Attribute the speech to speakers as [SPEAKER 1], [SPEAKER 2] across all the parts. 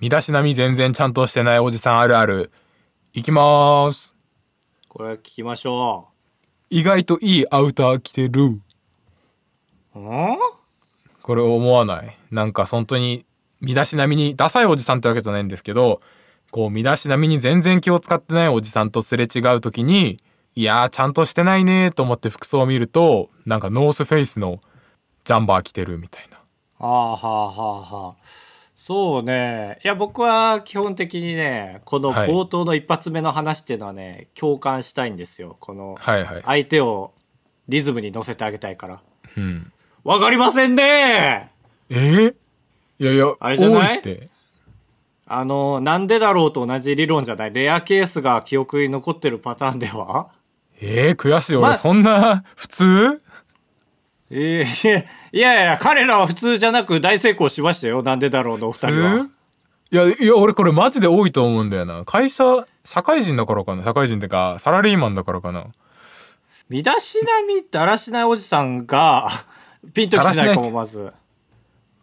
[SPEAKER 1] 身だしなみ全然ちゃんとしてないおじさんあるある。いきまーす。
[SPEAKER 2] これ聞きましょ
[SPEAKER 1] 意外といいアウター着てる。
[SPEAKER 2] う。ん
[SPEAKER 1] これ思わない。なんか本当に身だしなみにダサいおじさんってわけじゃないんですけど、こう身だしなみに全然気を使ってないおじさんとすれ違う時に、いやーちゃんとしてないねーと思って服装を見ると、なんかノースフェイスのジャンバー着てるみたいな。
[SPEAKER 2] はあはあはあはあ。そうね。いや、僕は基本的にね、この
[SPEAKER 1] はい
[SPEAKER 2] 冒頭の一発目の話っていうのはね、共感したいんですよ。この、
[SPEAKER 1] はいはい。
[SPEAKER 2] 相手をリズムに乗せてあげたいから。
[SPEAKER 1] うん。
[SPEAKER 2] わかりませんね
[SPEAKER 1] えー、いやいや、
[SPEAKER 2] あれじゃない
[SPEAKER 1] 多って。
[SPEAKER 2] あの、なんでだろうと同じ理論じゃない。レアケースが記憶に残ってるパターンでは
[SPEAKER 1] えー、悔しい。
[SPEAKER 2] ま
[SPEAKER 1] 俺そんな普通
[SPEAKER 2] えーいやいやいや、彼らは普通じゃなく大成功しましたよ。なんでだろうのお二人は。
[SPEAKER 1] いやいや俺これマジで多いと思うんだよな会社社会人だからかな社会人ってかサラリーマンだからかな
[SPEAKER 2] 身だしなみだらしないおじさんが ピンときてないかもまず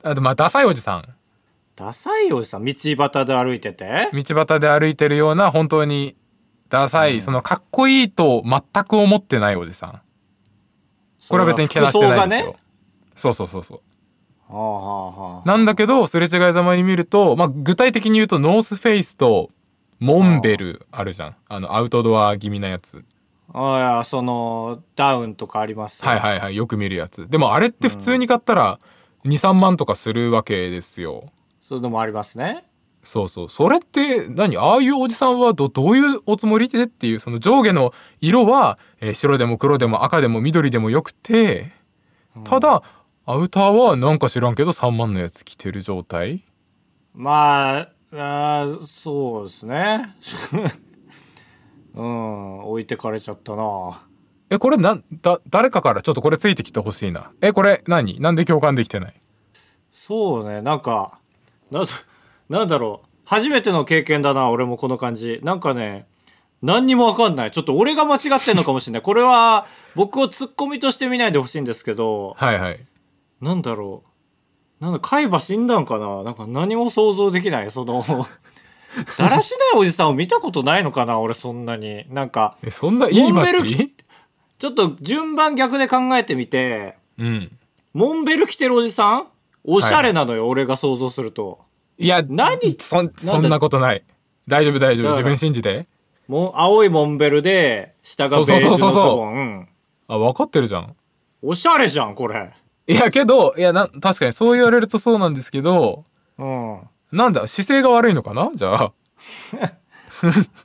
[SPEAKER 1] あとまあダサいおじさん
[SPEAKER 2] ダサいおじさん道端で歩いてて
[SPEAKER 1] 道端で歩いてるような本当にダサい、そのかっこいいと全く思ってないおじさんこれは別にけなしてないですよ、そうそうそうそう
[SPEAKER 2] 服装がねはあはあはあ
[SPEAKER 1] なんだけどすれ違いざまに見ると、まあ、具体的に言うとノースフェイスとモンベルあるじゃんあのアウトドア気味なやつ
[SPEAKER 2] あいやそのダウンとかありますよ
[SPEAKER 1] はいはいはいよく見るやつでもあれって普通に買ったら23万とかするわけですよ
[SPEAKER 2] そういうのもありますね
[SPEAKER 1] そうそうそれって何ああいうおじさんはどどういうおつもりでっていうその上下の色は、えー白でも黒でも赤でも緑でもよくてただ、アウターはなんか知らんけど3万のやつ着てる状態
[SPEAKER 2] まああーそうですね うん置いてかれちゃったな
[SPEAKER 1] えこれなんだ誰かからちょっとこれついてきてほしいなえこれ何なんで共感できてない
[SPEAKER 2] そうねなんかななんだろう初めての経験だな俺もこの感じなんかね何にもわかんないちょっと俺が間違ってんのかもしれないこれは僕をツッコミとして見ないでほしいんですけど
[SPEAKER 1] はいはい
[SPEAKER 2] なんだろうなんだ海馬死んだんかななんか何も想像できないそのだらしないおじさんを見たことないのかな俺そんなになんか
[SPEAKER 1] えそんないい
[SPEAKER 2] モンベル着
[SPEAKER 1] 街
[SPEAKER 2] ちょっと順番逆で考えてみて
[SPEAKER 1] うん
[SPEAKER 2] モンベル着てるおじさんおしゃれなのよ、俺が想像すると。
[SPEAKER 1] いや
[SPEAKER 2] 何
[SPEAKER 1] そん
[SPEAKER 2] な
[SPEAKER 1] そ
[SPEAKER 2] ん
[SPEAKER 1] ん
[SPEAKER 2] で
[SPEAKER 1] なことない大丈夫大丈
[SPEAKER 2] だ
[SPEAKER 1] 夫
[SPEAKER 2] から
[SPEAKER 1] 自分信じて
[SPEAKER 2] もう青いモンベルで、下が
[SPEAKER 1] そ
[SPEAKER 2] ベ
[SPEAKER 1] う
[SPEAKER 2] ージ
[SPEAKER 1] そう
[SPEAKER 2] ュ
[SPEAKER 1] そ
[SPEAKER 2] の
[SPEAKER 1] うそう
[SPEAKER 2] ズ
[SPEAKER 1] そう
[SPEAKER 2] ボン。
[SPEAKER 1] あ分かってるじゃん
[SPEAKER 2] おしゃれじゃん、これ。
[SPEAKER 1] いやけどいやな確かにそう言われるとそうなんですけど
[SPEAKER 2] うん。あ
[SPEAKER 1] なんだ姿勢が悪いのかなじゃあ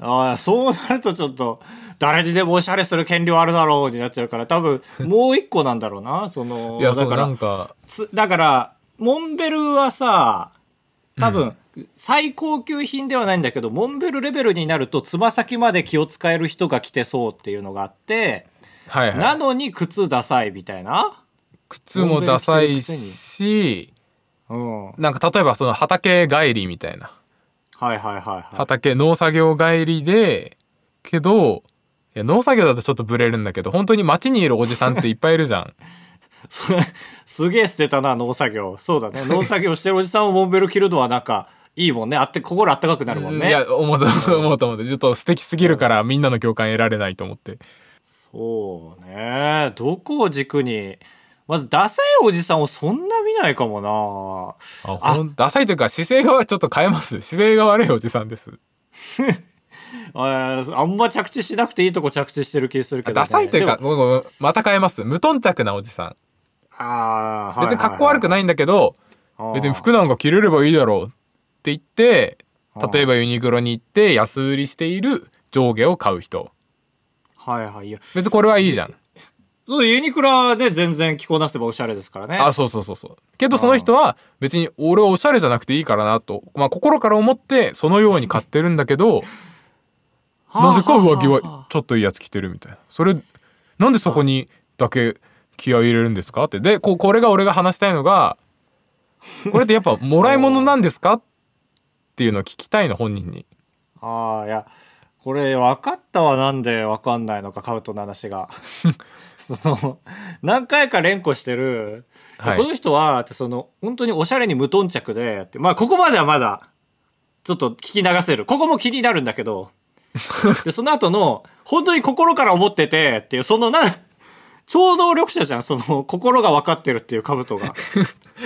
[SPEAKER 2] あ、そうなるとちょっと、誰にでもおしゃれする権利はあるだろうになっちゃうから、多分、もう一個なんだろ うな。その、
[SPEAKER 1] いやそ
[SPEAKER 2] だ
[SPEAKER 1] う
[SPEAKER 2] か
[SPEAKER 1] な
[SPEAKER 2] ら
[SPEAKER 1] ん、か
[SPEAKER 2] つだから、モンベルはさ、多分、最高級品ではないんだけど、モンベルレベルになると、つま先まで気を使える人が着てそうっていうのがあって、
[SPEAKER 1] はいは
[SPEAKER 2] ないのに靴ダサいみたいな。
[SPEAKER 1] 靴もダサい
[SPEAKER 2] モンベル着てる
[SPEAKER 1] し
[SPEAKER 2] うん。はい
[SPEAKER 1] なんか例えばその畑帰りみたいな
[SPEAKER 2] はいはいはい。
[SPEAKER 1] 畑農作業帰りでけどいや農作業だとちょっとブレるんだけど本当に街にいるおじさんっていっぱいいるじゃ ん
[SPEAKER 2] それすげえ捨てたな農作業そう だね農作業してるおじさんをモンベル着るのはなんかいいもんねあって心あったかくなるもん
[SPEAKER 1] い
[SPEAKER 2] ね
[SPEAKER 1] や思うと思うと思ってちょっと素敵すぎるからみんなの共感得られないと思って
[SPEAKER 2] そうねどこを軸にまずダサいおじさんをそんな見ないかも
[SPEAKER 1] あほんダサいというか姿勢がちょっと変えます姿勢が悪いおじさんです
[SPEAKER 2] なああんま着地しなくていいとこ着地してる気するけど、ね、
[SPEAKER 1] ダサいというか
[SPEAKER 2] で
[SPEAKER 1] ご
[SPEAKER 2] も
[SPEAKER 1] めんごめんまた変えます無頓着なおじさ
[SPEAKER 2] あー
[SPEAKER 1] ん別に格好悪く
[SPEAKER 2] な
[SPEAKER 1] な
[SPEAKER 2] い
[SPEAKER 1] いんだけど
[SPEAKER 2] はいはい
[SPEAKER 1] 別に服なんか着れればいいだろうって言って
[SPEAKER 2] うん
[SPEAKER 1] 例えばユニクロに行って安売りしている上下を買う人
[SPEAKER 2] はいはいいや
[SPEAKER 1] 別にこれはいいじゃん
[SPEAKER 2] そうユニクロで全然着こなせばおしゃれですからね
[SPEAKER 1] あそうそうそうそうけどその人は別に俺はおしゃれじゃなくていいからなと、まあ、心から思ってそのように買ってるんだけどなぜか上着はちょっといいやつ着てるみたいなそれなんでそこにだけ気合い入れるんですかってでここれが俺が話したいのがこれってやっぱもらい物なんですかっていうのを聞きたいの本人に
[SPEAKER 2] ああ、いや、これ分かったわ、なんで分かんないのか、カウトの 話が。その、何回か連呼してる、
[SPEAKER 1] はい
[SPEAKER 2] この人は、その、本当におしゃれに無頓着で、ってまあ、ここまではまだ、ちょっと聞き流せる。ここも気になるんだけど。で、その後の、本当に心から思っててっていう、そのな、超能力者じゃん、その、心が分かってるっていうカブト が。だ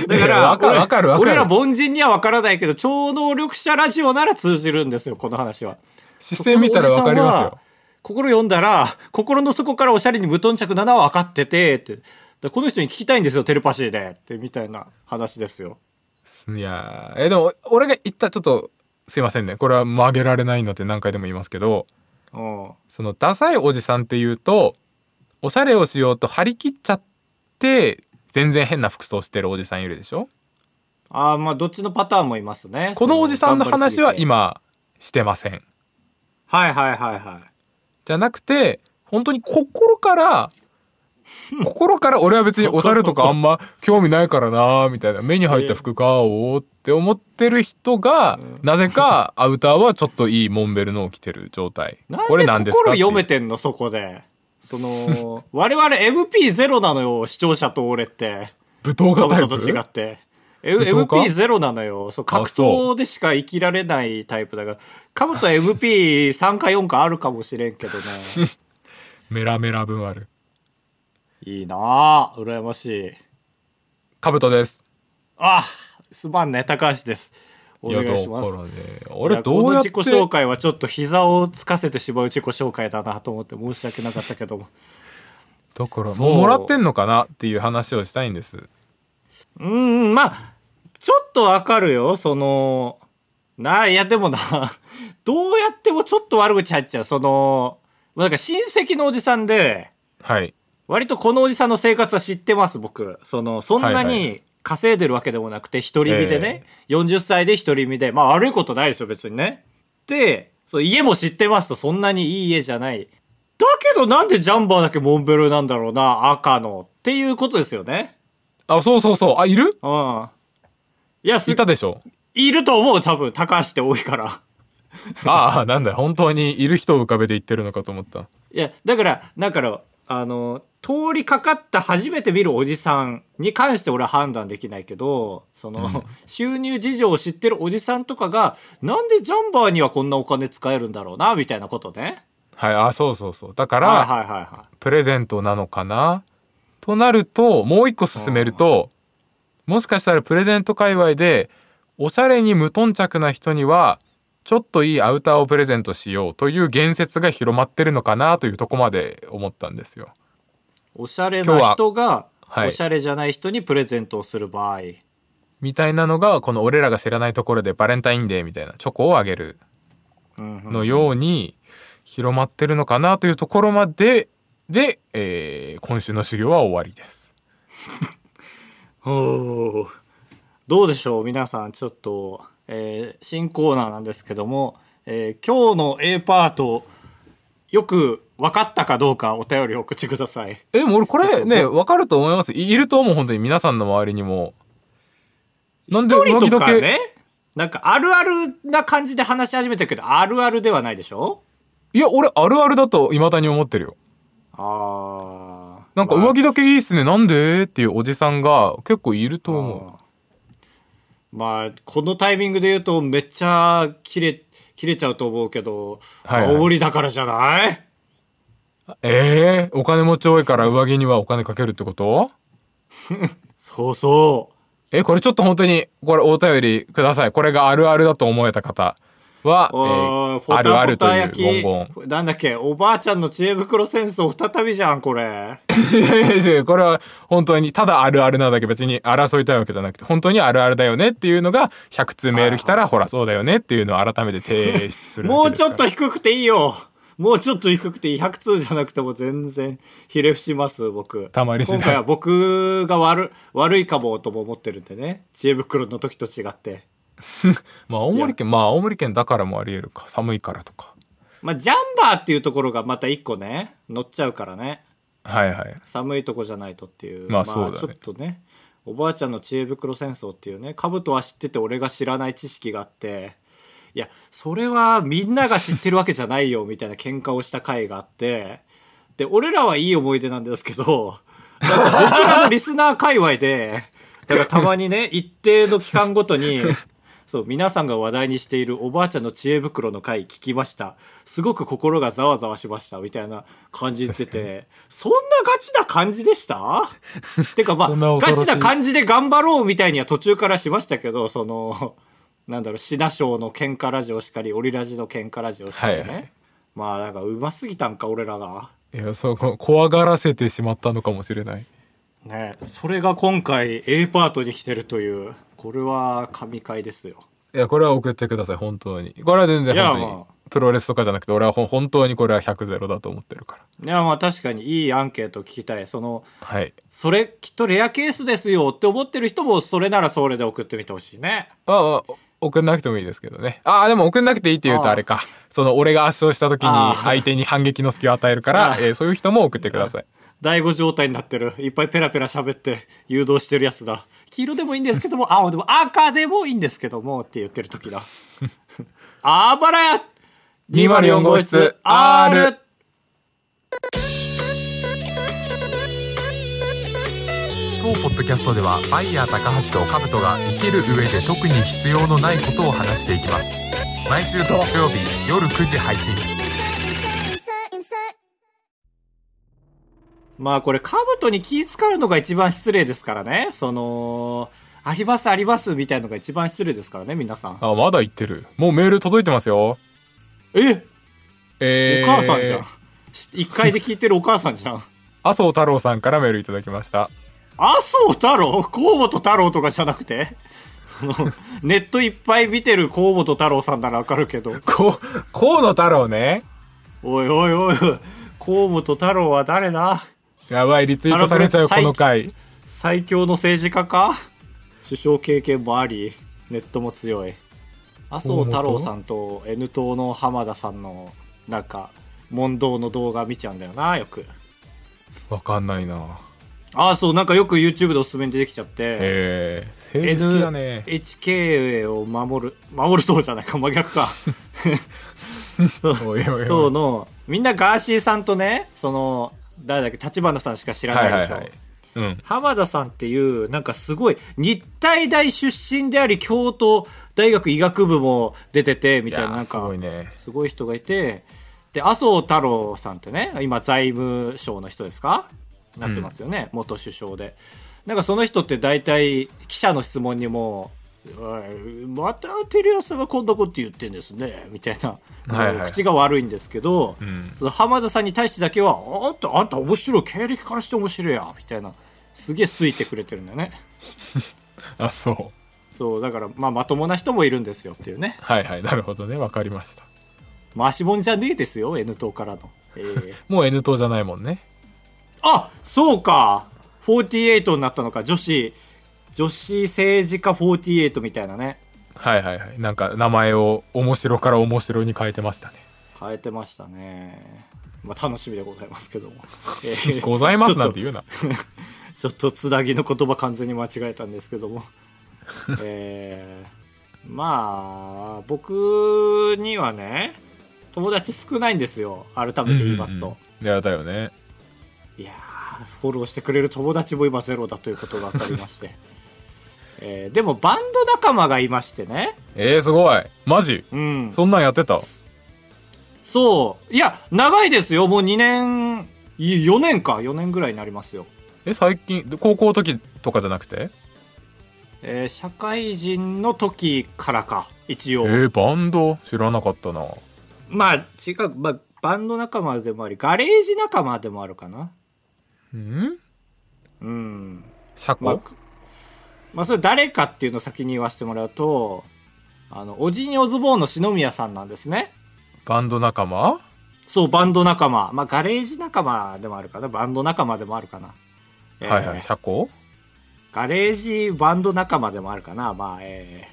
[SPEAKER 2] か
[SPEAKER 1] いや
[SPEAKER 2] ら、
[SPEAKER 1] 分かる分かる分かる
[SPEAKER 2] 俺ら凡人には分からないけど、超能力者ラジオなら通じるんですよ、この話は。
[SPEAKER 1] 視線見たらわかりますよ。
[SPEAKER 2] 心読んだら、心の底からおしゃれに無頓着なのは分かってて、って。だからこの人に聞きたいんですよ、テレパシーで。って、みたいな話ですよ。
[SPEAKER 1] いやーえでも俺が言ったちょっとすいませんねこれは曲げられないのって何回でも言いますけど
[SPEAKER 2] うん。
[SPEAKER 1] そのダサいおじさんっていうとおしゃれをしようと張り切っちゃって全然変な服装してるおじさんいるでしょ
[SPEAKER 2] ああ、まあ、どっちのパターンもいますね。
[SPEAKER 1] このおじさんの話は
[SPEAKER 2] そ頑張り
[SPEAKER 1] 今してません
[SPEAKER 2] すぎて。はいはいはいはい。
[SPEAKER 1] じゃなくて本当に心 から心から俺は別におしゃれとかあんま興味ないからなーみたいな目に入った服買おうって思ってる人がなぜかアウターはちょっといいモンベルのを着てる状態これ
[SPEAKER 2] な
[SPEAKER 1] 何
[SPEAKER 2] ん
[SPEAKER 1] で
[SPEAKER 2] です
[SPEAKER 1] かっ
[SPEAKER 2] 心
[SPEAKER 1] ていう
[SPEAKER 2] 読めてんの、そこで。その、 我々 MP0 なのよ、視聴者と俺って。
[SPEAKER 1] 武闘
[SPEAKER 2] カ
[SPEAKER 1] 家タ
[SPEAKER 2] ブ
[SPEAKER 1] イ
[SPEAKER 2] トと違っ
[SPEAKER 1] プ
[SPEAKER 2] て。
[SPEAKER 1] 闘家
[SPEAKER 2] MP0 なのよ。そう、格闘でしか生きられないタイプだから。カブトは MP3 か4かあるかもしれ んけどね。
[SPEAKER 1] メラメラ分ある
[SPEAKER 2] いいなあ羨ましい。
[SPEAKER 1] カブトです
[SPEAKER 2] あすまんね、高橋です。お願いしま
[SPEAKER 1] いや
[SPEAKER 2] す
[SPEAKER 1] だ。からね俺
[SPEAKER 2] いや
[SPEAKER 1] どうやって
[SPEAKER 2] この自己紹介はちょっと膝をつかせてしまう自己紹介だなと思って申し訳なかったけども
[SPEAKER 1] だから
[SPEAKER 2] そ
[SPEAKER 1] も
[SPEAKER 2] う
[SPEAKER 1] うもらってんのかなっていう話をしたいんです
[SPEAKER 2] うーんまあちょっとわかるよそのないやでもな どうやってもちょっと悪口入っちゃうそのまあなんか親戚のおじさんで
[SPEAKER 1] はい
[SPEAKER 2] 割とこのおじさんの生活は知ってます僕そのそんな
[SPEAKER 1] はいはいは
[SPEAKER 2] に稼いでるわけでもなくて独り身でね、40歳で独り身でまあ悪いことないですよ別にねでそう家も知ってますとそんなにいい家じゃないだけどなんでジャンバーだけモンベルなんだろうな赤のっていうことですよね
[SPEAKER 1] あそうそうそうあいる
[SPEAKER 2] うんいやす
[SPEAKER 1] いたでしょ
[SPEAKER 2] いると思う多分高橋って多いから
[SPEAKER 1] ああなんだ本当にいる人を浮かべて言ってるのかと思った
[SPEAKER 2] いやだからだからあの通りかかった初めて見るおじさんに関して俺は判断できないけどその、収入事情を知ってるおじさんとかがなんでジャンバーにはこんなお金使えるんだろうなみたいなことね。
[SPEAKER 1] はいあそうそうそうだから、
[SPEAKER 2] はいはいはいは
[SPEAKER 1] プレゼントなのかなとなるともう一個進めるともしかしたらプレゼント界隈でおしゃれに無頓着な人にはちょっといいアウターをプレゼントしようという言説が広まってるのかなというとこまで思ったんですよ。
[SPEAKER 2] い。おしゃれ
[SPEAKER 1] 今日
[SPEAKER 2] な
[SPEAKER 1] は
[SPEAKER 2] 人が、
[SPEAKER 1] はい
[SPEAKER 2] おしゃれじゃない人にプレゼントをする場合。
[SPEAKER 1] みたいなのがこの俺らが知らないところでバレンタインデーみたいなチョコをあげる
[SPEAKER 2] うんうん
[SPEAKER 1] のように広まってるのかなというところまでで、えー今週の修行は終わりです。
[SPEAKER 2] ほうどうでしょう皆さんちょっと、えー新コーナーなんですけども、えー今日の A パートよく分かったかどうかお便りを送ってください
[SPEAKER 1] え、もう俺これね、わかると思います。いいると思う、本当に皆さんの周りにも。なんで
[SPEAKER 2] 一人
[SPEAKER 1] 時
[SPEAKER 2] とか
[SPEAKER 1] 々
[SPEAKER 2] ねなんかあるあるな感じで話し始めてるけどあるあるではないでしょ
[SPEAKER 1] いや、俺あるあるだと未だに思ってるよ。
[SPEAKER 2] あー
[SPEAKER 1] なんか
[SPEAKER 2] まあ
[SPEAKER 1] 上着だけいいっすね、なんでっていうおじさんが結構いると思
[SPEAKER 2] まあこのタイミングで言うとめっちゃ切れ切れちゃうと思うけど、
[SPEAKER 1] はいはい。
[SPEAKER 2] 青森だからじゃないう
[SPEAKER 1] えー、お金持ち多いから上着にはお金かけるってこと
[SPEAKER 2] そうそう
[SPEAKER 1] え、これちょっと本当に、これお便りください。これがあるあるだと思えた方は、え
[SPEAKER 2] おー
[SPEAKER 1] ーあるあると
[SPEAKER 2] ポタ
[SPEAKER 1] いう
[SPEAKER 2] ポタ
[SPEAKER 1] 文
[SPEAKER 2] 焼き
[SPEAKER 1] 言。
[SPEAKER 2] なんだっけおばあちゃんの知恵袋戦争再びじゃんこれ
[SPEAKER 1] いやいやいやこれは本当にただあるあるなだけ別に争いたいわけじゃなくて本当にあるあるだよねっていうのが100通メール来たらほらそうだよねっていうのを改めて提出するだ
[SPEAKER 2] も
[SPEAKER 1] け
[SPEAKER 2] う
[SPEAKER 1] です
[SPEAKER 2] ち
[SPEAKER 1] から
[SPEAKER 2] ょっと低くていいよもうちょっと低くていい100通じゃなくても全然ひれ伏します僕
[SPEAKER 1] たまりしない
[SPEAKER 2] 今回は僕が悪悪いかもとも思ってるんでね知恵袋の時と違って
[SPEAKER 1] まあ青森県まあ青森県だからもありえるか寒いからとか
[SPEAKER 2] まあジャンバーっていうところがまた一個ね乗っちゃうからね
[SPEAKER 1] はいはい
[SPEAKER 2] 寒いとこじゃないとっていう
[SPEAKER 1] まあそうだね
[SPEAKER 2] ちょっとねおばあちゃんの知恵袋戦争っていうね兜は知ってて俺が知らない知識があっていやそれはみんなが知ってるわけじゃないよみたいな喧嘩をした回があってで俺らはいい思い出なんですけどなんか僕らのリスナー界隈でだからたまにね一定の期間ごとにそう皆さんが話題にしているおばあちゃんの知恵袋の回聞きましたすごく心がざわざわしましたみたいな感じ出ててそんなガチな感じでしたてかまあ
[SPEAKER 1] そんな恐
[SPEAKER 2] ガ
[SPEAKER 1] ろし
[SPEAKER 2] チ
[SPEAKER 1] い
[SPEAKER 2] な感じで頑張ろうみたいには途中からしましたけどそのなんだろうシナショーの喧嘩ラジオしかりオリラジの喧嘩ラジオしかりね、
[SPEAKER 1] はいはい
[SPEAKER 2] まあなんかうますぎたんか俺らが。
[SPEAKER 1] いやそうこ怖がらせてしまったのかもしれない
[SPEAKER 2] ね、それが今回 A パートに来てるというこれは神回ですよ
[SPEAKER 1] いやこれは送ってください本当にこれは全然
[SPEAKER 2] いや
[SPEAKER 1] 本当に、
[SPEAKER 2] ま
[SPEAKER 1] プロレスとかじゃなくて俺はほん本当にこれは100ゼロだと思ってるから
[SPEAKER 2] いやまあ確かにいいアンケート聞きたいその
[SPEAKER 1] はい
[SPEAKER 2] それきっとレアケースですよって思ってる人もそれならそれで送ってみてほしいね
[SPEAKER 1] ああ送んなくてもいいですけどねああでも送んなくていいって言うと
[SPEAKER 2] ああ
[SPEAKER 1] あれかその俺が圧勝した時
[SPEAKER 2] ああ
[SPEAKER 1] に相手に反撃の隙を与えるか
[SPEAKER 2] あ
[SPEAKER 1] ら
[SPEAKER 2] あ、
[SPEAKER 1] えーそういう人も送ってください
[SPEAKER 2] 第5状態になってるいっぱいペラペラ喋って誘導してるやつだ黄色でもいいんですけども青でも赤でもいいんですけどもって言ってる 時だあばらや
[SPEAKER 1] 204号室 R 当ポッドキャストではバイヤー高橋とカブトが生きる上で特に必要のないことを話していきます毎週土曜日夜9時配信
[SPEAKER 3] insert, insert.
[SPEAKER 2] まあこれ、兜に気使うのが一番失礼ですからね。その、ありますありますみたいのが一番失礼ですからね、皆さん。
[SPEAKER 1] あまだ言ってるもうメール届いてますよ
[SPEAKER 2] え
[SPEAKER 1] えー、
[SPEAKER 2] お母さんじゃん。し一回で聞いてるお母さんじゃん。
[SPEAKER 1] 麻生太郎さんからメールいただきました
[SPEAKER 2] 麻生太郎河本太郎とかじゃなくてその、ネットいっぱい見てる河本太郎さんならわかるけど。
[SPEAKER 1] こ河野太郎ね
[SPEAKER 2] おいおいおいおい、河本太郎は誰だ
[SPEAKER 1] やばいリツイートされちゃうこの回
[SPEAKER 2] 最強の政治家か首相経験もありネットも強い麻生太郎さんと N 党の浜田さんのなんか問答の動画見ちゃうんだよなよく
[SPEAKER 1] わかんないな
[SPEAKER 2] ああそうなんかよく YouTube でおすすめに出てきちゃって
[SPEAKER 1] へえ政治好きだね
[SPEAKER 2] NHK を守る守る党じゃないか真逆 かそう
[SPEAKER 1] おいおいおい
[SPEAKER 2] 党のみんなガーシーさんとねその誰だっけ立花さんしか知ら
[SPEAKER 1] は
[SPEAKER 2] ない
[SPEAKER 1] い
[SPEAKER 2] でしょ、
[SPEAKER 1] はいはいうん
[SPEAKER 2] 浜田さんっていう、なんかすごい、日体大出身であり、京都大学医学部も出てて、み
[SPEAKER 1] い
[SPEAKER 2] たい
[SPEAKER 1] や
[SPEAKER 2] な、
[SPEAKER 1] ー
[SPEAKER 2] なん
[SPEAKER 1] す
[SPEAKER 2] か
[SPEAKER 1] ごい、ね
[SPEAKER 2] すごい人がいて、で、麻生太郎さんってね、今財務省の人ですかなってますよね、元首相で。なんかその人って大体、記者の質問にも、おいまたテレ朝がこんなこと言ってんですね、みたいな、
[SPEAKER 1] はいはい
[SPEAKER 2] 口が悪いんですけど、
[SPEAKER 1] ん
[SPEAKER 2] その浜田さんに対してだけは「あんたあんた面白い経歴からして面白いや」みたいなすげえ好いてくれてるんだよね
[SPEAKER 1] あそう
[SPEAKER 2] そうだから、まあ、まともな人もいるんですよっていうね
[SPEAKER 1] はいはいなるほどねわかりました
[SPEAKER 2] 回しもんじゃねえですよ N 党からの、えー
[SPEAKER 1] もう N 党じゃないもんね
[SPEAKER 2] あそうか48になったのか女子女子政治家48みたいなね
[SPEAKER 1] はいはいはいなんか名前を面白から面白に変えてましたね
[SPEAKER 2] 変えてましたねまあ楽しみでございますけども、 えー
[SPEAKER 1] ございますなん
[SPEAKER 2] ちょっと
[SPEAKER 1] て言うな
[SPEAKER 2] ちょっとつなぎの言葉完全に間違えたんですけ どもえー、まあ僕にはね友達少ないんですよ改めて言いますと、
[SPEAKER 1] うんうんうんいやだよね
[SPEAKER 2] いやーフォローしてくれる友達も今ゼロだということが分かりまして、 えーでもバンド仲間がいましてね
[SPEAKER 1] えー、すごいマジ
[SPEAKER 2] うん
[SPEAKER 1] そんなんやってた
[SPEAKER 2] そういや長いですよもう2年4年か4年ぐらいになりますよ
[SPEAKER 1] え最近高校の時とかじゃなくて
[SPEAKER 2] えー社会人の時からか一
[SPEAKER 1] え
[SPEAKER 2] 応、
[SPEAKER 1] ー、バンド知らなかったな
[SPEAKER 2] まあ違う、まあ、バンド仲間でもありガレージ仲間でもあるかな
[SPEAKER 1] うん
[SPEAKER 2] うん
[SPEAKER 1] 車庫、
[SPEAKER 2] まあ、まあ、それ誰かっていうのを先に言わせてもらうとあのオジンオズボーンの篠宮さんなんですね
[SPEAKER 1] バンド仲間
[SPEAKER 2] そうバンド仲間まあガレージ仲間でもあるかなバンド仲間でもあるかな、えー
[SPEAKER 1] はいはい車庫
[SPEAKER 2] ガレージバンド仲間でもあるかなまあえ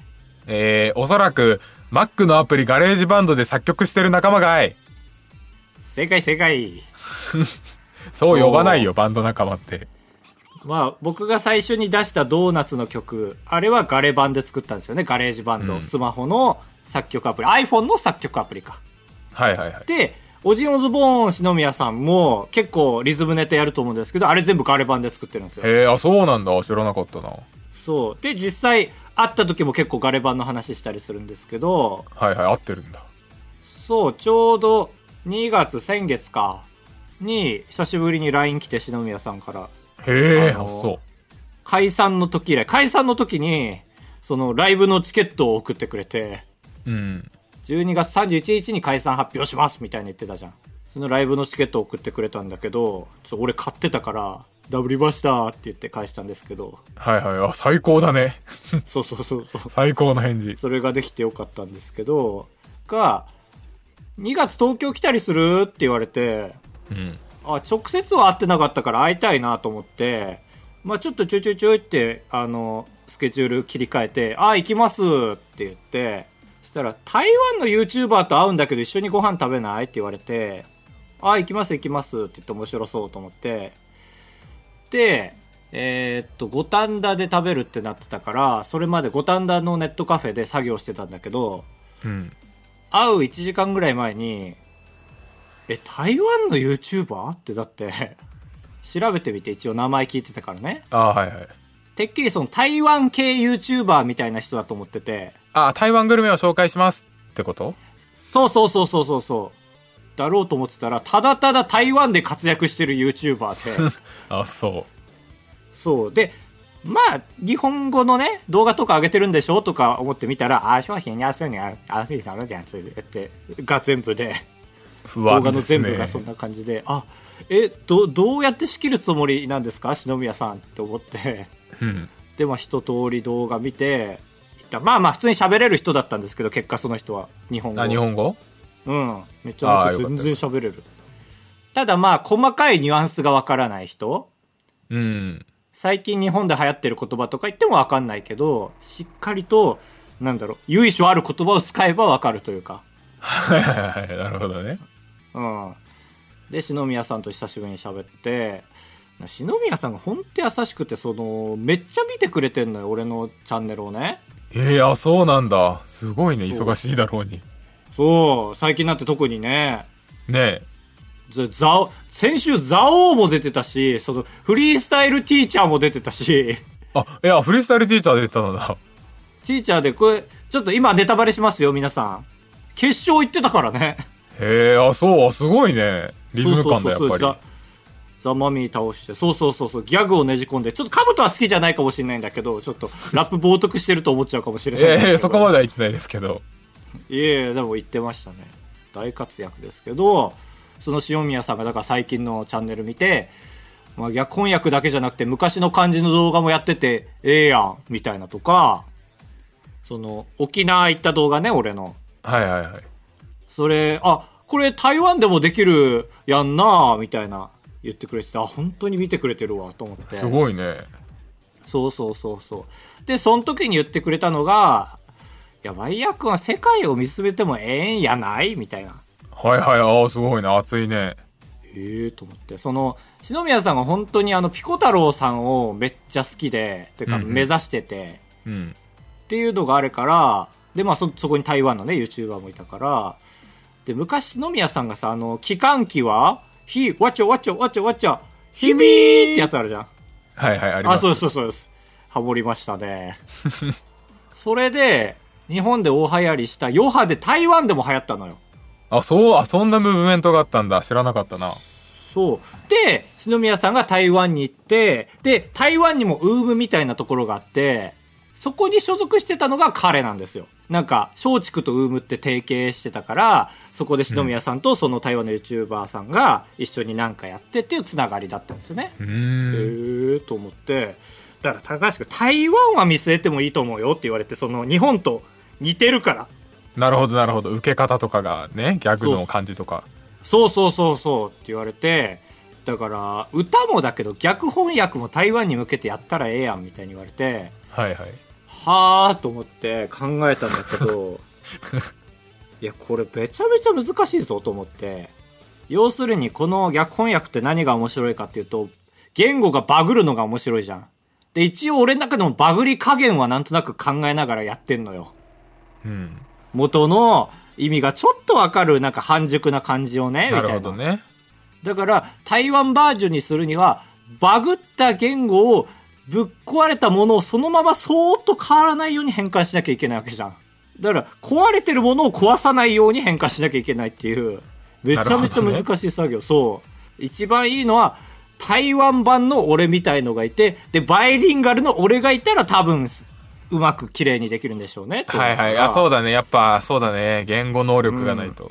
[SPEAKER 1] えー、おそらく Mac のアプリガレージバンドで作曲してる仲間がい
[SPEAKER 2] ー正解正解
[SPEAKER 1] そう
[SPEAKER 2] そう
[SPEAKER 1] 呼ばないよバンド仲間って
[SPEAKER 2] まあ僕が最初に出したドーナツの曲あれはガレ版で作ったんですよねガレージバンド、
[SPEAKER 1] うん
[SPEAKER 2] スマホの作曲アプリ iPhone の作曲アプリか
[SPEAKER 1] はいはいはい
[SPEAKER 2] でオジンオズボーン篠宮さんも結構リズムネタやると思うんですけどあれ全部ガレ版で作ってるんですよ
[SPEAKER 1] へえあそうなんだ知らなかったな
[SPEAKER 2] そうで実際会った時も結構ガレ版の話したりするんですけど、
[SPEAKER 1] はいはい合ってるんだ
[SPEAKER 2] そう、ちょうど2月、先月か、に、久しぶりに LINE 来て、篠宮さんから。
[SPEAKER 1] へえ
[SPEAKER 2] あの
[SPEAKER 1] あそ
[SPEAKER 2] 解散の時以来、解散の時に、その、ライブのチケットを送ってくれて、
[SPEAKER 1] ううん
[SPEAKER 2] 12月31日に解散発表しますみたいに言ってたじゃん。そのライブのチケットを送ってくれたんだけど、ちょ俺買ってたから、ダブりましたって言って返したんですけど、
[SPEAKER 1] はいはいあ最高だね
[SPEAKER 2] そうそうそうそう。
[SPEAKER 1] 最高の返事
[SPEAKER 2] それができてよかったんですけど、が、2月東京来たりするって言われて、
[SPEAKER 1] うん
[SPEAKER 2] あ、直接は会ってなかったから会いたいなと思って、まあちょっとちょいちょいちょいって、あの、スケジュール切り替えて、あ、行きますって言って、そしたら、台湾の YouTuber と会うんだけど一緒にご飯食べないって言われて、あ、行きます行きますって言って面白そうと思って、で、えーっと、五反田で食べるってなってたから、それまで五反田のネットカフェで作業してたんだけど、
[SPEAKER 1] うん
[SPEAKER 2] 会う1時間ぐらい前に、え、台湾の YouTuber? ってだって、 調べてみて一応名前聞いてたからね。
[SPEAKER 1] あはいはい
[SPEAKER 2] てっきりその台湾系 YouTuber みたいな人だと思ってて、
[SPEAKER 1] あ台湾グルメを紹介しますってこと
[SPEAKER 2] そうそうそうそうそうそう。だろうと思ってたら、ただただ台湾で活躍してる YouTuber で、
[SPEAKER 1] あそ
[SPEAKER 2] そう。で、まあ、日本語のね、動画とか上げてるんでしょとか思ってみたら、あ、商品に安いにある、安いさるじゃん、ついって、が全部で。
[SPEAKER 1] う不
[SPEAKER 2] 動
[SPEAKER 1] 安
[SPEAKER 2] 画の
[SPEAKER 1] です
[SPEAKER 2] 全
[SPEAKER 1] ね
[SPEAKER 2] 部がそんな感じで、あえどどうやって仕切るつもりなんですか篠宮さんって思って
[SPEAKER 1] うん
[SPEAKER 2] でまあ一通り動画見てまあまあ普通に喋れる人だったんですけど結果その人は日本語
[SPEAKER 1] あ日本語
[SPEAKER 2] うんめちゃ
[SPEAKER 1] あーよ
[SPEAKER 2] め
[SPEAKER 1] かった
[SPEAKER 2] ちゃ全然喋れるただまあ細かいニュアンスがわからない人
[SPEAKER 1] うん
[SPEAKER 2] 最近日本で流行ってる言葉とか言ってもわかんないけどしっかりとなんだろう由緒ある言葉を使えばわかるというか
[SPEAKER 1] はいはいはいなるほどね
[SPEAKER 2] うん、で篠宮さんと久しぶりに喋って篠宮さんがほんと優しくてそのめっちゃ見てくれてんのよ俺のチャンネルをね
[SPEAKER 1] えー、あそうなんだすごいね
[SPEAKER 2] そう
[SPEAKER 1] 忙しいだろうに
[SPEAKER 2] そう最近なんて特にね
[SPEAKER 1] ねえ
[SPEAKER 2] ざざお先週「ザオーも出てたしそのフリースタイルティーチャーも出てたし
[SPEAKER 1] あいやフリースタイルティーチャー出てたのだ
[SPEAKER 2] ティーチャーでこれちょっと今ネタバレしますよ皆さん決勝行ってたからね
[SPEAKER 1] へえあそうすごいねリズム感だやっぱり
[SPEAKER 2] ザザ・マミー倒してそうそうそうそうギャグをねじ込んでちょっとカブトは好きじゃないかもしれないんだけどちょっとラップ冒涜してると思っちゃうかもしれないんですけど
[SPEAKER 1] ええそこまでは言ってないですけど
[SPEAKER 2] いえいえでも言ってましたね大活躍ですけどその塩宮さんがだから最近のチャンネル見て、まあ、逆翻訳だけじゃなくて昔の漢字の動画もやっててええやんみたいなとかその沖縄行った動画ね俺の
[SPEAKER 1] はいはいはい
[SPEAKER 2] それあこれ台湾でもできるやんなみたいな言ってくれててあ本当に見てくれてるわと思って
[SPEAKER 1] すごいね
[SPEAKER 2] そうそうそうそうでその時に言ってくれたのが「いやワイヤー君は世界を見つめてもええんやない?」みたいな
[SPEAKER 1] はいはいああすごいね熱いね
[SPEAKER 2] ええと思ってその篠宮さんが本当にあのピコ太郎さんをめっちゃ好きでてか
[SPEAKER 1] うんうん
[SPEAKER 2] 目指してて、っ
[SPEAKER 1] うん
[SPEAKER 2] ていうのがあるからでまあそそこに台湾のね YouTuber もいたからで昔篠宮さんがさあの機関機は「ひわちょわちょわちょわちょひみー」ってやつあるじゃん
[SPEAKER 1] はいはいあり
[SPEAKER 2] あ
[SPEAKER 1] ます
[SPEAKER 2] そうですそうですそうですハモりましたねそれで日本で大流行りした余波で台湾でも流行ったのよ
[SPEAKER 1] あそうあそんなムーブメントがあったんだ知らなかったな
[SPEAKER 2] そう。で、篠宮さんが台湾に行って、で、台湾にもウームみたいなところがあって、そこに所属してたのが彼なんですよ。なんか、松竹とウームって提携してたから、そこで篠宮さんとその台湾の YouTuber さんが一緒になんかやってっていうつながりだったんですよね。
[SPEAKER 1] う
[SPEAKER 2] へ
[SPEAKER 1] ーん
[SPEAKER 2] えと思って、だから高橋君、台湾は見据えてもいいと思うよって言われて、その日本と似てるから。
[SPEAKER 1] なるほどなるほど受け方とかがねギャグの感じとか
[SPEAKER 2] そうそうそうそうって言われてだから歌もだけど逆翻訳も台湾に向けてやったらええやんみたいに言われて
[SPEAKER 1] はいはい
[SPEAKER 2] はあと思って考えたんだけどいやこれめちゃめちゃ難しいぞと思って要するにこの逆翻訳って何が面白いかっていうと言語がバグるのが面白いじゃんで一応俺の中でもバグり加減はなんとなく考えながらやってんのよ
[SPEAKER 1] うん
[SPEAKER 2] 元の意味がちょっとわかるなんか半熟な感じをねみた
[SPEAKER 1] ない
[SPEAKER 2] な
[SPEAKER 1] るほどね
[SPEAKER 2] だから台湾バージョンにするにはバグった言語をぶっ壊れたものをそのままそーっと変わらないように変換しなきゃいけないわけじゃん。だから、壊れてるものを壊さないように変換しなきゃいけないっていう、めちゃめちゃ
[SPEAKER 1] なるほどね
[SPEAKER 2] 難しい作業。そう。一番いいのは、台湾版の俺みたいのがいて、で、バイリンガルの俺がいたら多分、うまく綺麗にできるんでしょうね。。
[SPEAKER 1] はいはいあそううだねやっぱそうだね言語能力がないと、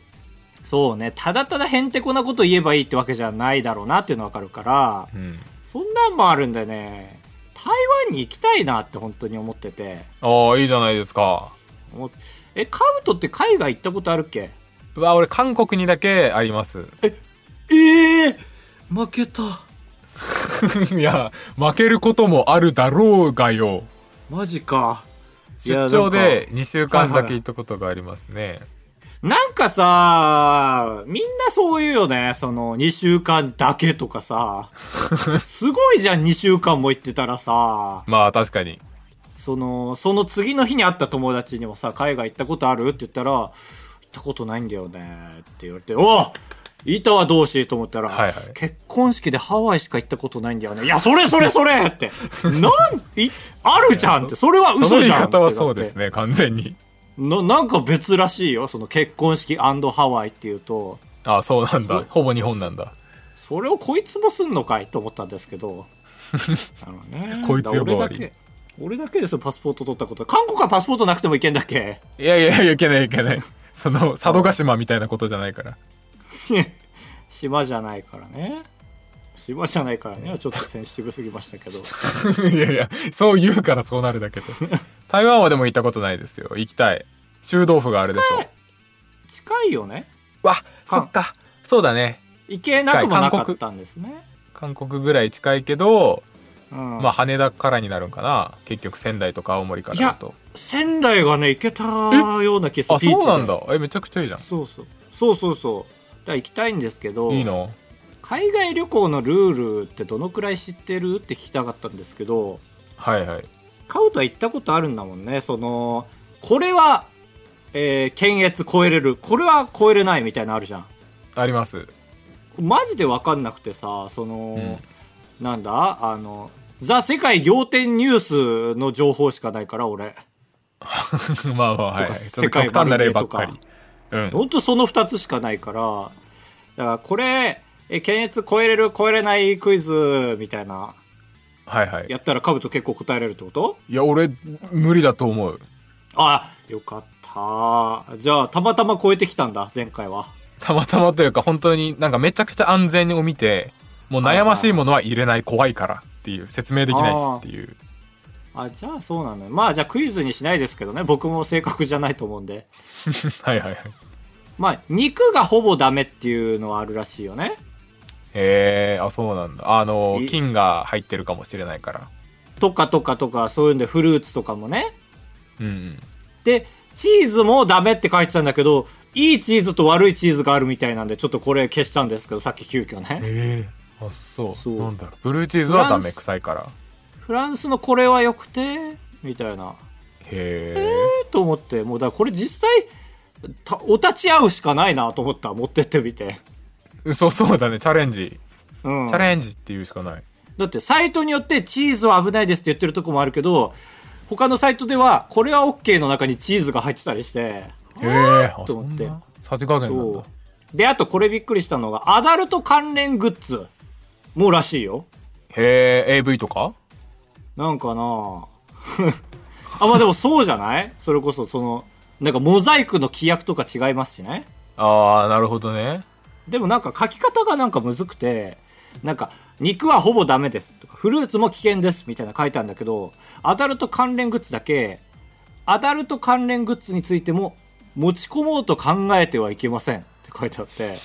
[SPEAKER 2] そうね。ただただへんてこなこと言えばいいってわけじゃないだろうなっていうのはわかるから。
[SPEAKER 1] うん
[SPEAKER 2] そんなんもあるんでね、台湾に行きたいなって本当に思ってて。
[SPEAKER 1] ああいいじゃないですか
[SPEAKER 2] 思っえ、カブトって海外行ったことあるっけ
[SPEAKER 1] うわ俺韓国にだけあります
[SPEAKER 2] ええ負けた。
[SPEAKER 1] いや負けることもあるだろうがよ
[SPEAKER 2] マジか。いや
[SPEAKER 1] 出張で2週間だけ行ったことがありますね、
[SPEAKER 2] なんかさ、みんなそう言うよね。その、2週間だけとか さ。すごいじゃん、2週間も行ってたらさ。
[SPEAKER 1] まあ確かに
[SPEAKER 2] その、その次の日に会った友達にもさ、海外行ったことあるって言ったら、行ったことないんだよねって言われて、お板はどうしと思ったら、
[SPEAKER 1] はいはい
[SPEAKER 2] 結婚式でハワイしか行ったことないんだよね。いや、それそれそれって、 なん、い、あるじゃんって、それは
[SPEAKER 1] その
[SPEAKER 2] 嘘
[SPEAKER 1] 言
[SPEAKER 2] じ
[SPEAKER 1] い
[SPEAKER 2] ゃんって
[SPEAKER 1] 方はそうです
[SPEAKER 2] ね。
[SPEAKER 1] ね完全に
[SPEAKER 2] な、なんか別らしいよ。その結婚式ハワイっていうと、
[SPEAKER 1] ああそうなんだほぼ日本なんだ
[SPEAKER 2] それをこいつもすんのかいと思ったんですけ ど。あのね
[SPEAKER 1] こいつ呼ばわり
[SPEAKER 2] 俺だけ、俺だけですよ、パスポート取ったこと。韓国はパスポートなくてもいけんだっけ
[SPEAKER 1] いやいやいやいけないいけないその佐渡島みたいなことじゃないから
[SPEAKER 2] 島じゃないからね島じゃないからねちょっとセンシティブすぎましたけど
[SPEAKER 1] いやいや、そう言うからそうなるだ けで。台湾はでも行ったことないですよ。行きたい。臭豆腐があれでしょ。
[SPEAKER 2] 近いよね
[SPEAKER 1] わ、そっか。そうだね。
[SPEAKER 2] 行けなくもなかったんですね、
[SPEAKER 1] 韓国ぐらい近いけど、
[SPEAKER 2] うん
[SPEAKER 1] まあ羽田からになるんかな。結局仙台とか青森からだと。
[SPEAKER 2] 仙台がね行けたような気が
[SPEAKER 1] あ、
[SPEAKER 2] する
[SPEAKER 1] そうなん
[SPEAKER 2] ビーチ
[SPEAKER 1] だ。え、めちゃくちゃいいじゃん
[SPEAKER 2] で。そうそうそうそうそうだから行きたいんですけど
[SPEAKER 1] いいの
[SPEAKER 2] 海外旅行のルールってどのくらい知ってるって聞きたかったんですけど
[SPEAKER 1] はいはい。
[SPEAKER 2] カウトは行ったことあるんだもんねそのこれは、えー検閲超えれるこれは超えれないみたいなのあるじゃん
[SPEAKER 1] あります。
[SPEAKER 2] マジで分かんなくてさその、なんだあのザ・世界仰天ニュースの情報しかないから俺
[SPEAKER 1] まあまあ、はいはい。
[SPEAKER 2] とか
[SPEAKER 1] ちょっと極端な例ばっかり
[SPEAKER 2] 世界
[SPEAKER 1] う
[SPEAKER 2] 丸見。
[SPEAKER 1] ん。
[SPEAKER 2] ほんとその2つしかないからだからこれえ検閲超えれる超えれないクイズみたいな
[SPEAKER 1] はいはい。
[SPEAKER 2] やったらカブト結構答えられるってこと
[SPEAKER 1] いや、俺、無理だと思う。
[SPEAKER 2] あよかったじゃあたまたま超えてきたんだ前回は
[SPEAKER 1] たまたまというか本当になんかめちゃくちゃ安全を見てもう悩ましいものは入れない怖いからっていう説明できないしっていう
[SPEAKER 2] あじゃあそうなのよまあじゃあクイズにしないですけどね僕も正確じゃないと思うんで
[SPEAKER 1] はいはいはい
[SPEAKER 2] まあ肉がほぼダメっていうのはあるらしいよね
[SPEAKER 1] へえあそうなんだあの
[SPEAKER 2] い
[SPEAKER 1] 菌が入ってるかもしれないから
[SPEAKER 2] とかとかとかそういうんでフルーツとかもね
[SPEAKER 1] うんうん
[SPEAKER 2] でチーズもダメって書いてたんだけどいいチーズと悪いチーズがあるみたいなんでちょっとこれ消したんですけどさっき急遽ね
[SPEAKER 1] へえあそう
[SPEAKER 2] そう
[SPEAKER 1] なんだろうブルーチーズはダ
[SPEAKER 2] フラ
[SPEAKER 1] メ
[SPEAKER 2] ンス
[SPEAKER 1] 臭いから
[SPEAKER 2] フランスのこれは良くてみたいな
[SPEAKER 1] へ
[SPEAKER 2] えーと思ってもうだからこれ実際たお立ち会うしかないなと思った持ってってみて、
[SPEAKER 1] えそうそうだねチャレンジ
[SPEAKER 2] うん、
[SPEAKER 1] チャレンジっていうしかない
[SPEAKER 2] だってサイトによってチーズは危ないですって言ってるとこもあるけど他のサイトではこれは OK の中にチーズが入ってたりして
[SPEAKER 1] へえあ
[SPEAKER 2] と
[SPEAKER 1] そ
[SPEAKER 2] 思
[SPEAKER 1] ん
[SPEAKER 2] って
[SPEAKER 1] なさじ加減なんだ
[SPEAKER 2] そうであとこれびっくりしたのがアダルト関連グッズもらしいよ
[SPEAKER 1] へえ AV とか
[SPEAKER 2] なんかな ああまあでもそうじゃないそれこそそのなんかモザイクの規約とか違いますしね
[SPEAKER 1] ああなるほどね
[SPEAKER 2] でもなんか書き方がなんかむずくてなんか肉はほぼダメですとかフルーツも危険ですみたいな書いてあるんだけどアダルト関連グッズだけアダルト関連グッズについても持ち込もうと考えてはいけませんって書いてあって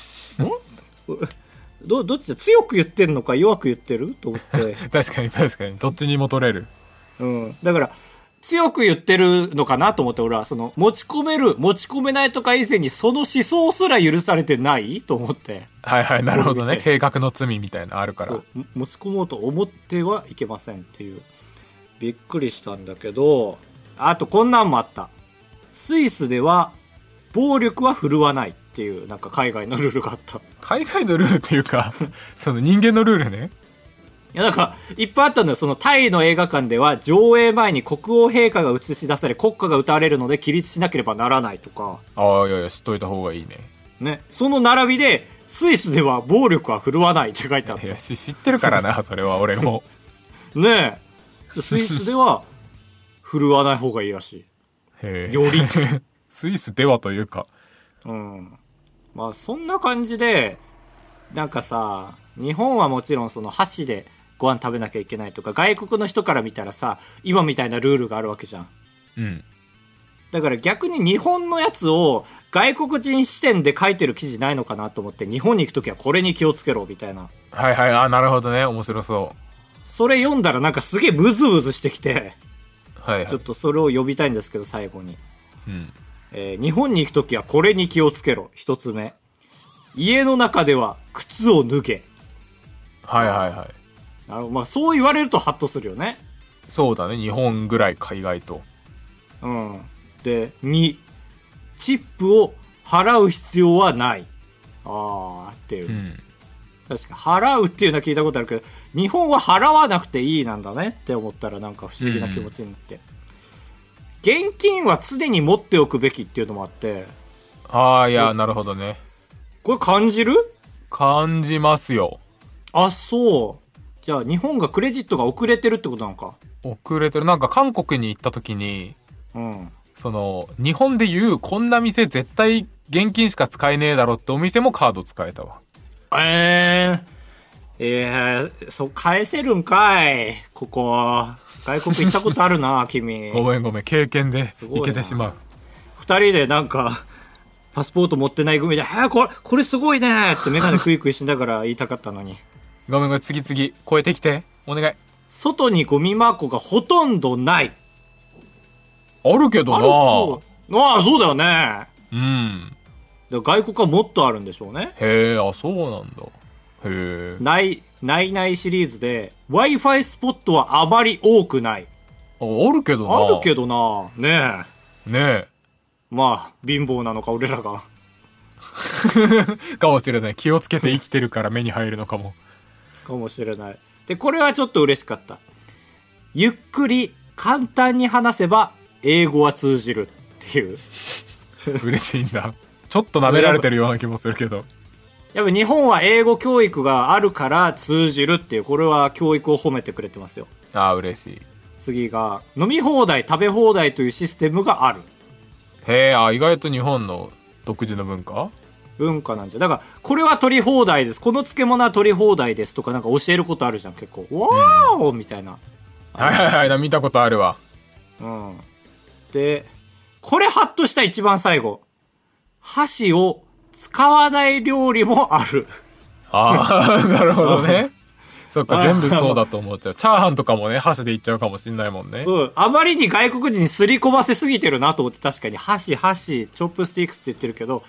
[SPEAKER 2] んどどっちだ強く言ってんのか弱く言ってると思って、
[SPEAKER 1] 確かに確かにどっちにも取れる
[SPEAKER 2] うん、だから強く言ってるのかなと思って俺はその持ち込める持ち込めないとか以前にその思想すら許されてないと思って。
[SPEAKER 1] はいはいなるほどね
[SPEAKER 2] 見て
[SPEAKER 1] 計画の罪みたいなのあるから
[SPEAKER 2] そうも持ち込もうと思ってはいけませんっていうびっくりしたんだけどあとこんなんもあったスイスでは暴力は振るわないっていうなんか海外のルールがあったい
[SPEAKER 1] 海外のルールっていうかその人間のルールね
[SPEAKER 2] やなんかいっぱいあったんだよそのタイの映画館では上映前に国王陛下が映し出され国歌が歌われるので起立しなければならないとか
[SPEAKER 1] ああいやいや知っといた方がいいね
[SPEAKER 2] ねその並びでスイスでは暴力は振るわないって書いてあっ
[SPEAKER 1] い
[SPEAKER 2] て
[SPEAKER 1] やし知ってるから なそれは俺も
[SPEAKER 2] ねえスイスでは振るわない方がいいらしい
[SPEAKER 1] へえ
[SPEAKER 2] より
[SPEAKER 1] スイスではというか
[SPEAKER 2] うんまあそんな感じでなんかさ日本はもちろんその箸でご飯食べなきゃいけないとか外国の人から見たらさ今みたいなルールがあるわけじゃん
[SPEAKER 1] うん
[SPEAKER 2] だから逆に日本のやつを外国人視点で書いてる記事ないのかなと思って日本に行く時はこれに気をつけろみたいな
[SPEAKER 1] はいはいあなるほどね面白そ
[SPEAKER 2] それ読んだらなんかすげえムズムズしてきて
[SPEAKER 1] うはいはい
[SPEAKER 2] ちょっとそれを呼びたいんですけど最後に
[SPEAKER 1] うん
[SPEAKER 2] えー日本に行くときはこれに気をつけろ。一つ目。家の中では靴を脱げ。
[SPEAKER 1] はいはいはい
[SPEAKER 2] あのまあ、そう言われるとハッとするよね。
[SPEAKER 1] そうだね日本ぐらい海外と
[SPEAKER 2] うん。で、2、チップを払う必要はない。あーっていう。
[SPEAKER 1] うん
[SPEAKER 2] 確か、払うっていうのは聞いたことあるけど、日本は払わなくていいなんだねって思ったらなんか不思議な気持ちになって。現金は常に持っておくべきっていうのもあって、
[SPEAKER 1] ああいやなるほどね
[SPEAKER 2] これ感じる
[SPEAKER 1] 感じますよ
[SPEAKER 2] あ、そう。じゃあ、日本がクレジットが遅れてるってことなのか。
[SPEAKER 1] 遅れてるなんか韓国に行った時に
[SPEAKER 2] うん。
[SPEAKER 1] その日本でいうこんな店絶対現金しか使えねえだろってお店もカード使えたわ
[SPEAKER 2] ええー。えー、そう、返せるんかい。ここ。外国行ったことあるな、君。
[SPEAKER 1] ごめんごめん経験で
[SPEAKER 2] ごい
[SPEAKER 1] い
[SPEAKER 2] な
[SPEAKER 1] けてしまう
[SPEAKER 2] 二人でなんか、パスポート持ってない組で、あーこれ、これすごいねってメガネクイクイしながら言いたかったのに。
[SPEAKER 1] ごめんごめん次々超えてきてお願い
[SPEAKER 2] 外にゴミ箱がほとんどない。
[SPEAKER 1] あるけ
[SPEAKER 2] ある
[SPEAKER 1] ど
[SPEAKER 2] そうああ、そうだよね。
[SPEAKER 1] なうん
[SPEAKER 2] だから外国はもっとあるんでしょうね。
[SPEAKER 1] へえあそうなんだへえ
[SPEAKER 2] ない、ないないシリーズで、Wi-Fi スポットはあまり多くない。
[SPEAKER 1] ああるけどな
[SPEAKER 2] あるけどなねえ。
[SPEAKER 1] ね
[SPEAKER 2] まあ、貧乏なのか、俺らが。
[SPEAKER 1] えかもしれない気をつけて生きてるから目に入るのか も
[SPEAKER 2] かもしれない。で、これはちょっと嬉しかった。ゆっくり、簡単に話せば、英語は通じるっていう。
[SPEAKER 1] 嬉しいんだちょっと舐められてるような気もするけ ど
[SPEAKER 2] やっぱ日本は英語教育があるから通じるっていう、これは教育を褒めてくれてますよ。
[SPEAKER 1] ああ嬉しい
[SPEAKER 2] 次が、飲み放題、食べ放題というシステムがある。
[SPEAKER 1] へえあ意外と日本の独自の文化
[SPEAKER 2] 文化なんじゃ。だから、これは取り放題です。この漬物は取り放題ですとか、なんか教えることあるじゃん、結構。わーおみたいな。
[SPEAKER 1] はいはいはいな見たことあるわ
[SPEAKER 2] うん。で、これハッとした一番最後。箸を使わない料理もある。
[SPEAKER 1] ああ なるほどねそっ
[SPEAKER 2] あ
[SPEAKER 1] か
[SPEAKER 2] ー
[SPEAKER 1] 全部そうだと思っちゃうチャーハンとかもね箸でいっちゃうかもしんないもんね
[SPEAKER 2] そう、あまりに外国人にすり込ませすぎてるなと思って確かに箸、箸、チョップスティックスって言ってるけど、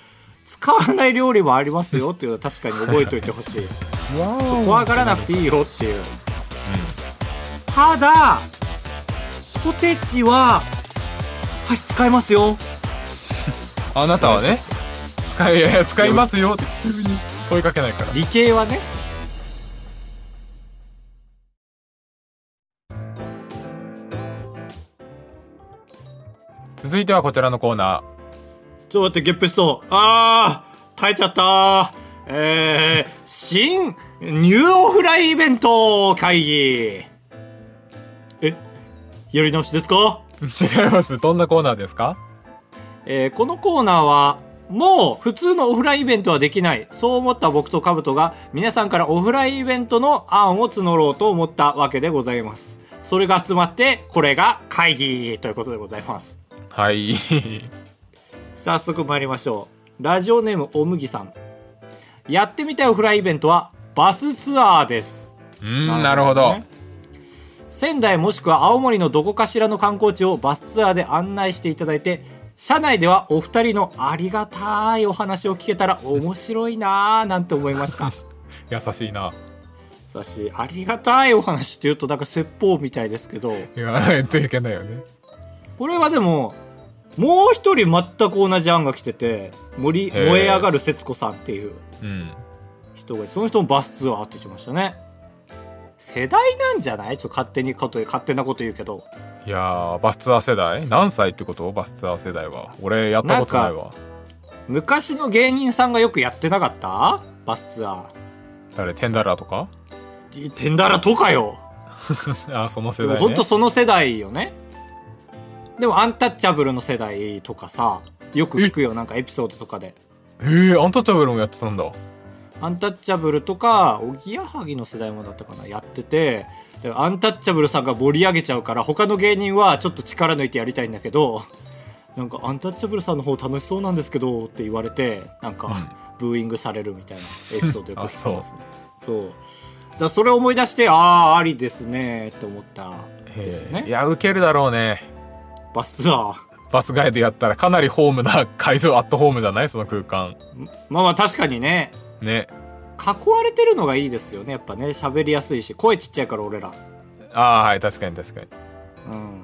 [SPEAKER 2] 使わない料理もありますよっていうのは確かに覚えておいてほしい。
[SPEAKER 1] わー
[SPEAKER 2] 怖がらなくていいよっていう。ただ、ポテチは、箸使いますよ。
[SPEAKER 1] あなたはね使いいやい や使いますよって急に声かけないから
[SPEAKER 2] 理系はね。
[SPEAKER 1] 続いてはこちらのコーナ
[SPEAKER 2] ちょっと待って、ゲップしそう。あー、耐えちゃったー。えー、新、ニューオフライイベント会議。え、やり直しですか
[SPEAKER 1] ー 違いますどんなコーナーですか
[SPEAKER 2] えーこのコーナーは、もう普通のオフラインイベントはできない。そう思った僕とカブトが皆さんからオフラインイベントの案を募ろうと思ったわけでございます。それが集まって、これが会議ということでございます。
[SPEAKER 1] はい
[SPEAKER 2] 早速参りましょうラジオネームおむぎさんやってみたいオフラインイベントはバスツアーです
[SPEAKER 1] うんなるほど
[SPEAKER 2] ね仙台もしくは青森のどこかしらの観光地をバスツアーで案内していただいて車内ではお二人のありがたいお話を聞けたら面白いなぁなんて思いました
[SPEAKER 1] 優しいな
[SPEAKER 2] さしありがたいお話っていうとなんか説法みたいですけど
[SPEAKER 1] 言わないといけないよね
[SPEAKER 2] これはでももう一人全く同じ案が来てて盛
[SPEAKER 1] へ
[SPEAKER 2] り
[SPEAKER 1] ー
[SPEAKER 2] 燃え上がる節子さんっていう
[SPEAKER 1] うん
[SPEAKER 2] 人がいてその人もバスツアーって言ってましたね世代なんじゃないちょっと勝手にこと勝手なこと言うけど
[SPEAKER 1] いやーバスツアー世代何歳ってことバスツアー世代は俺やったことないわ
[SPEAKER 2] 昔の芸人さんがよくやってなかったバスツア
[SPEAKER 1] 誰テンダラーとか
[SPEAKER 2] ーテンダラとかよ
[SPEAKER 1] あーその世
[SPEAKER 2] でも
[SPEAKER 1] 代、ね、
[SPEAKER 2] 本当その世代よねでもアンタッチャブルの世代とかさよく聞くよなんかエピソードとかで
[SPEAKER 1] へえアンタッチャブルもやってたんだ
[SPEAKER 2] アンタッチャブルとかおぎやはぎの世代もだったかなやっててでアンタッチャブルさんが盛り上げちゃうから他の芸人はちょっと力抜いてやりたいんだけどなんかアンタッチャブルさんの方楽しそうなんですけどって言われてなんかブーイングされるみたいなエピソードよく聞きますねそうだからそれを思い出してああありですねって思ったですよ
[SPEAKER 1] へえい
[SPEAKER 2] ね
[SPEAKER 1] やウケるだろうね
[SPEAKER 2] バスは
[SPEAKER 1] バスガイドやったらかなりホームな会場アットホームじゃないその空間
[SPEAKER 2] まあまあ確かにね
[SPEAKER 1] ね
[SPEAKER 2] 囲われてるのがいいですよねやっぱね喋りやすいし声ちっちゃいから俺ら
[SPEAKER 1] ああはい確かに確かに
[SPEAKER 2] うん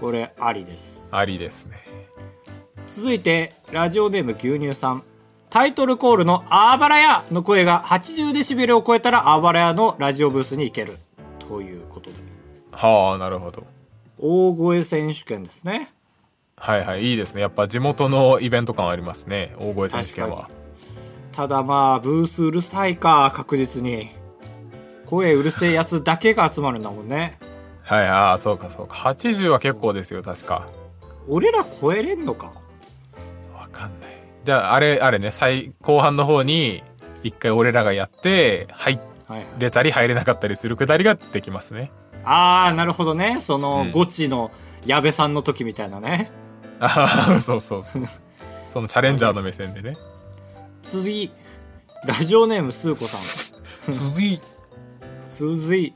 [SPEAKER 2] これありです
[SPEAKER 1] ありですね
[SPEAKER 2] 続いてラジオネーム牛乳さんタイトルコールの「あばらや!」の声が80デシベルを超えたらあばらやのラジオブースに行けるということで
[SPEAKER 1] はあなるほど
[SPEAKER 2] 大声選手権ですね
[SPEAKER 1] はいはいいいですねやっぱ地元のイベント感ありますね大声選手権は
[SPEAKER 2] 確ただまあブースうるさいか確実に声うるせえやつだけが集まるんだもんね
[SPEAKER 1] はいああそうかそうか80は結構ですよ確か
[SPEAKER 2] 俺ら超えれんのか
[SPEAKER 1] わかんないじゃああれあれね最後半の方に一回俺らがやって入
[SPEAKER 2] はいはい
[SPEAKER 1] れたり入れなかったりするくだりができますね
[SPEAKER 2] ああなるほどねその、
[SPEAKER 1] うん
[SPEAKER 2] ゴチの矢部さんの時みたいなね
[SPEAKER 1] ああそうそう そうそのチャレンジャーの目線でね
[SPEAKER 2] 続いラジオネームスー子さん
[SPEAKER 1] 続い
[SPEAKER 2] 続い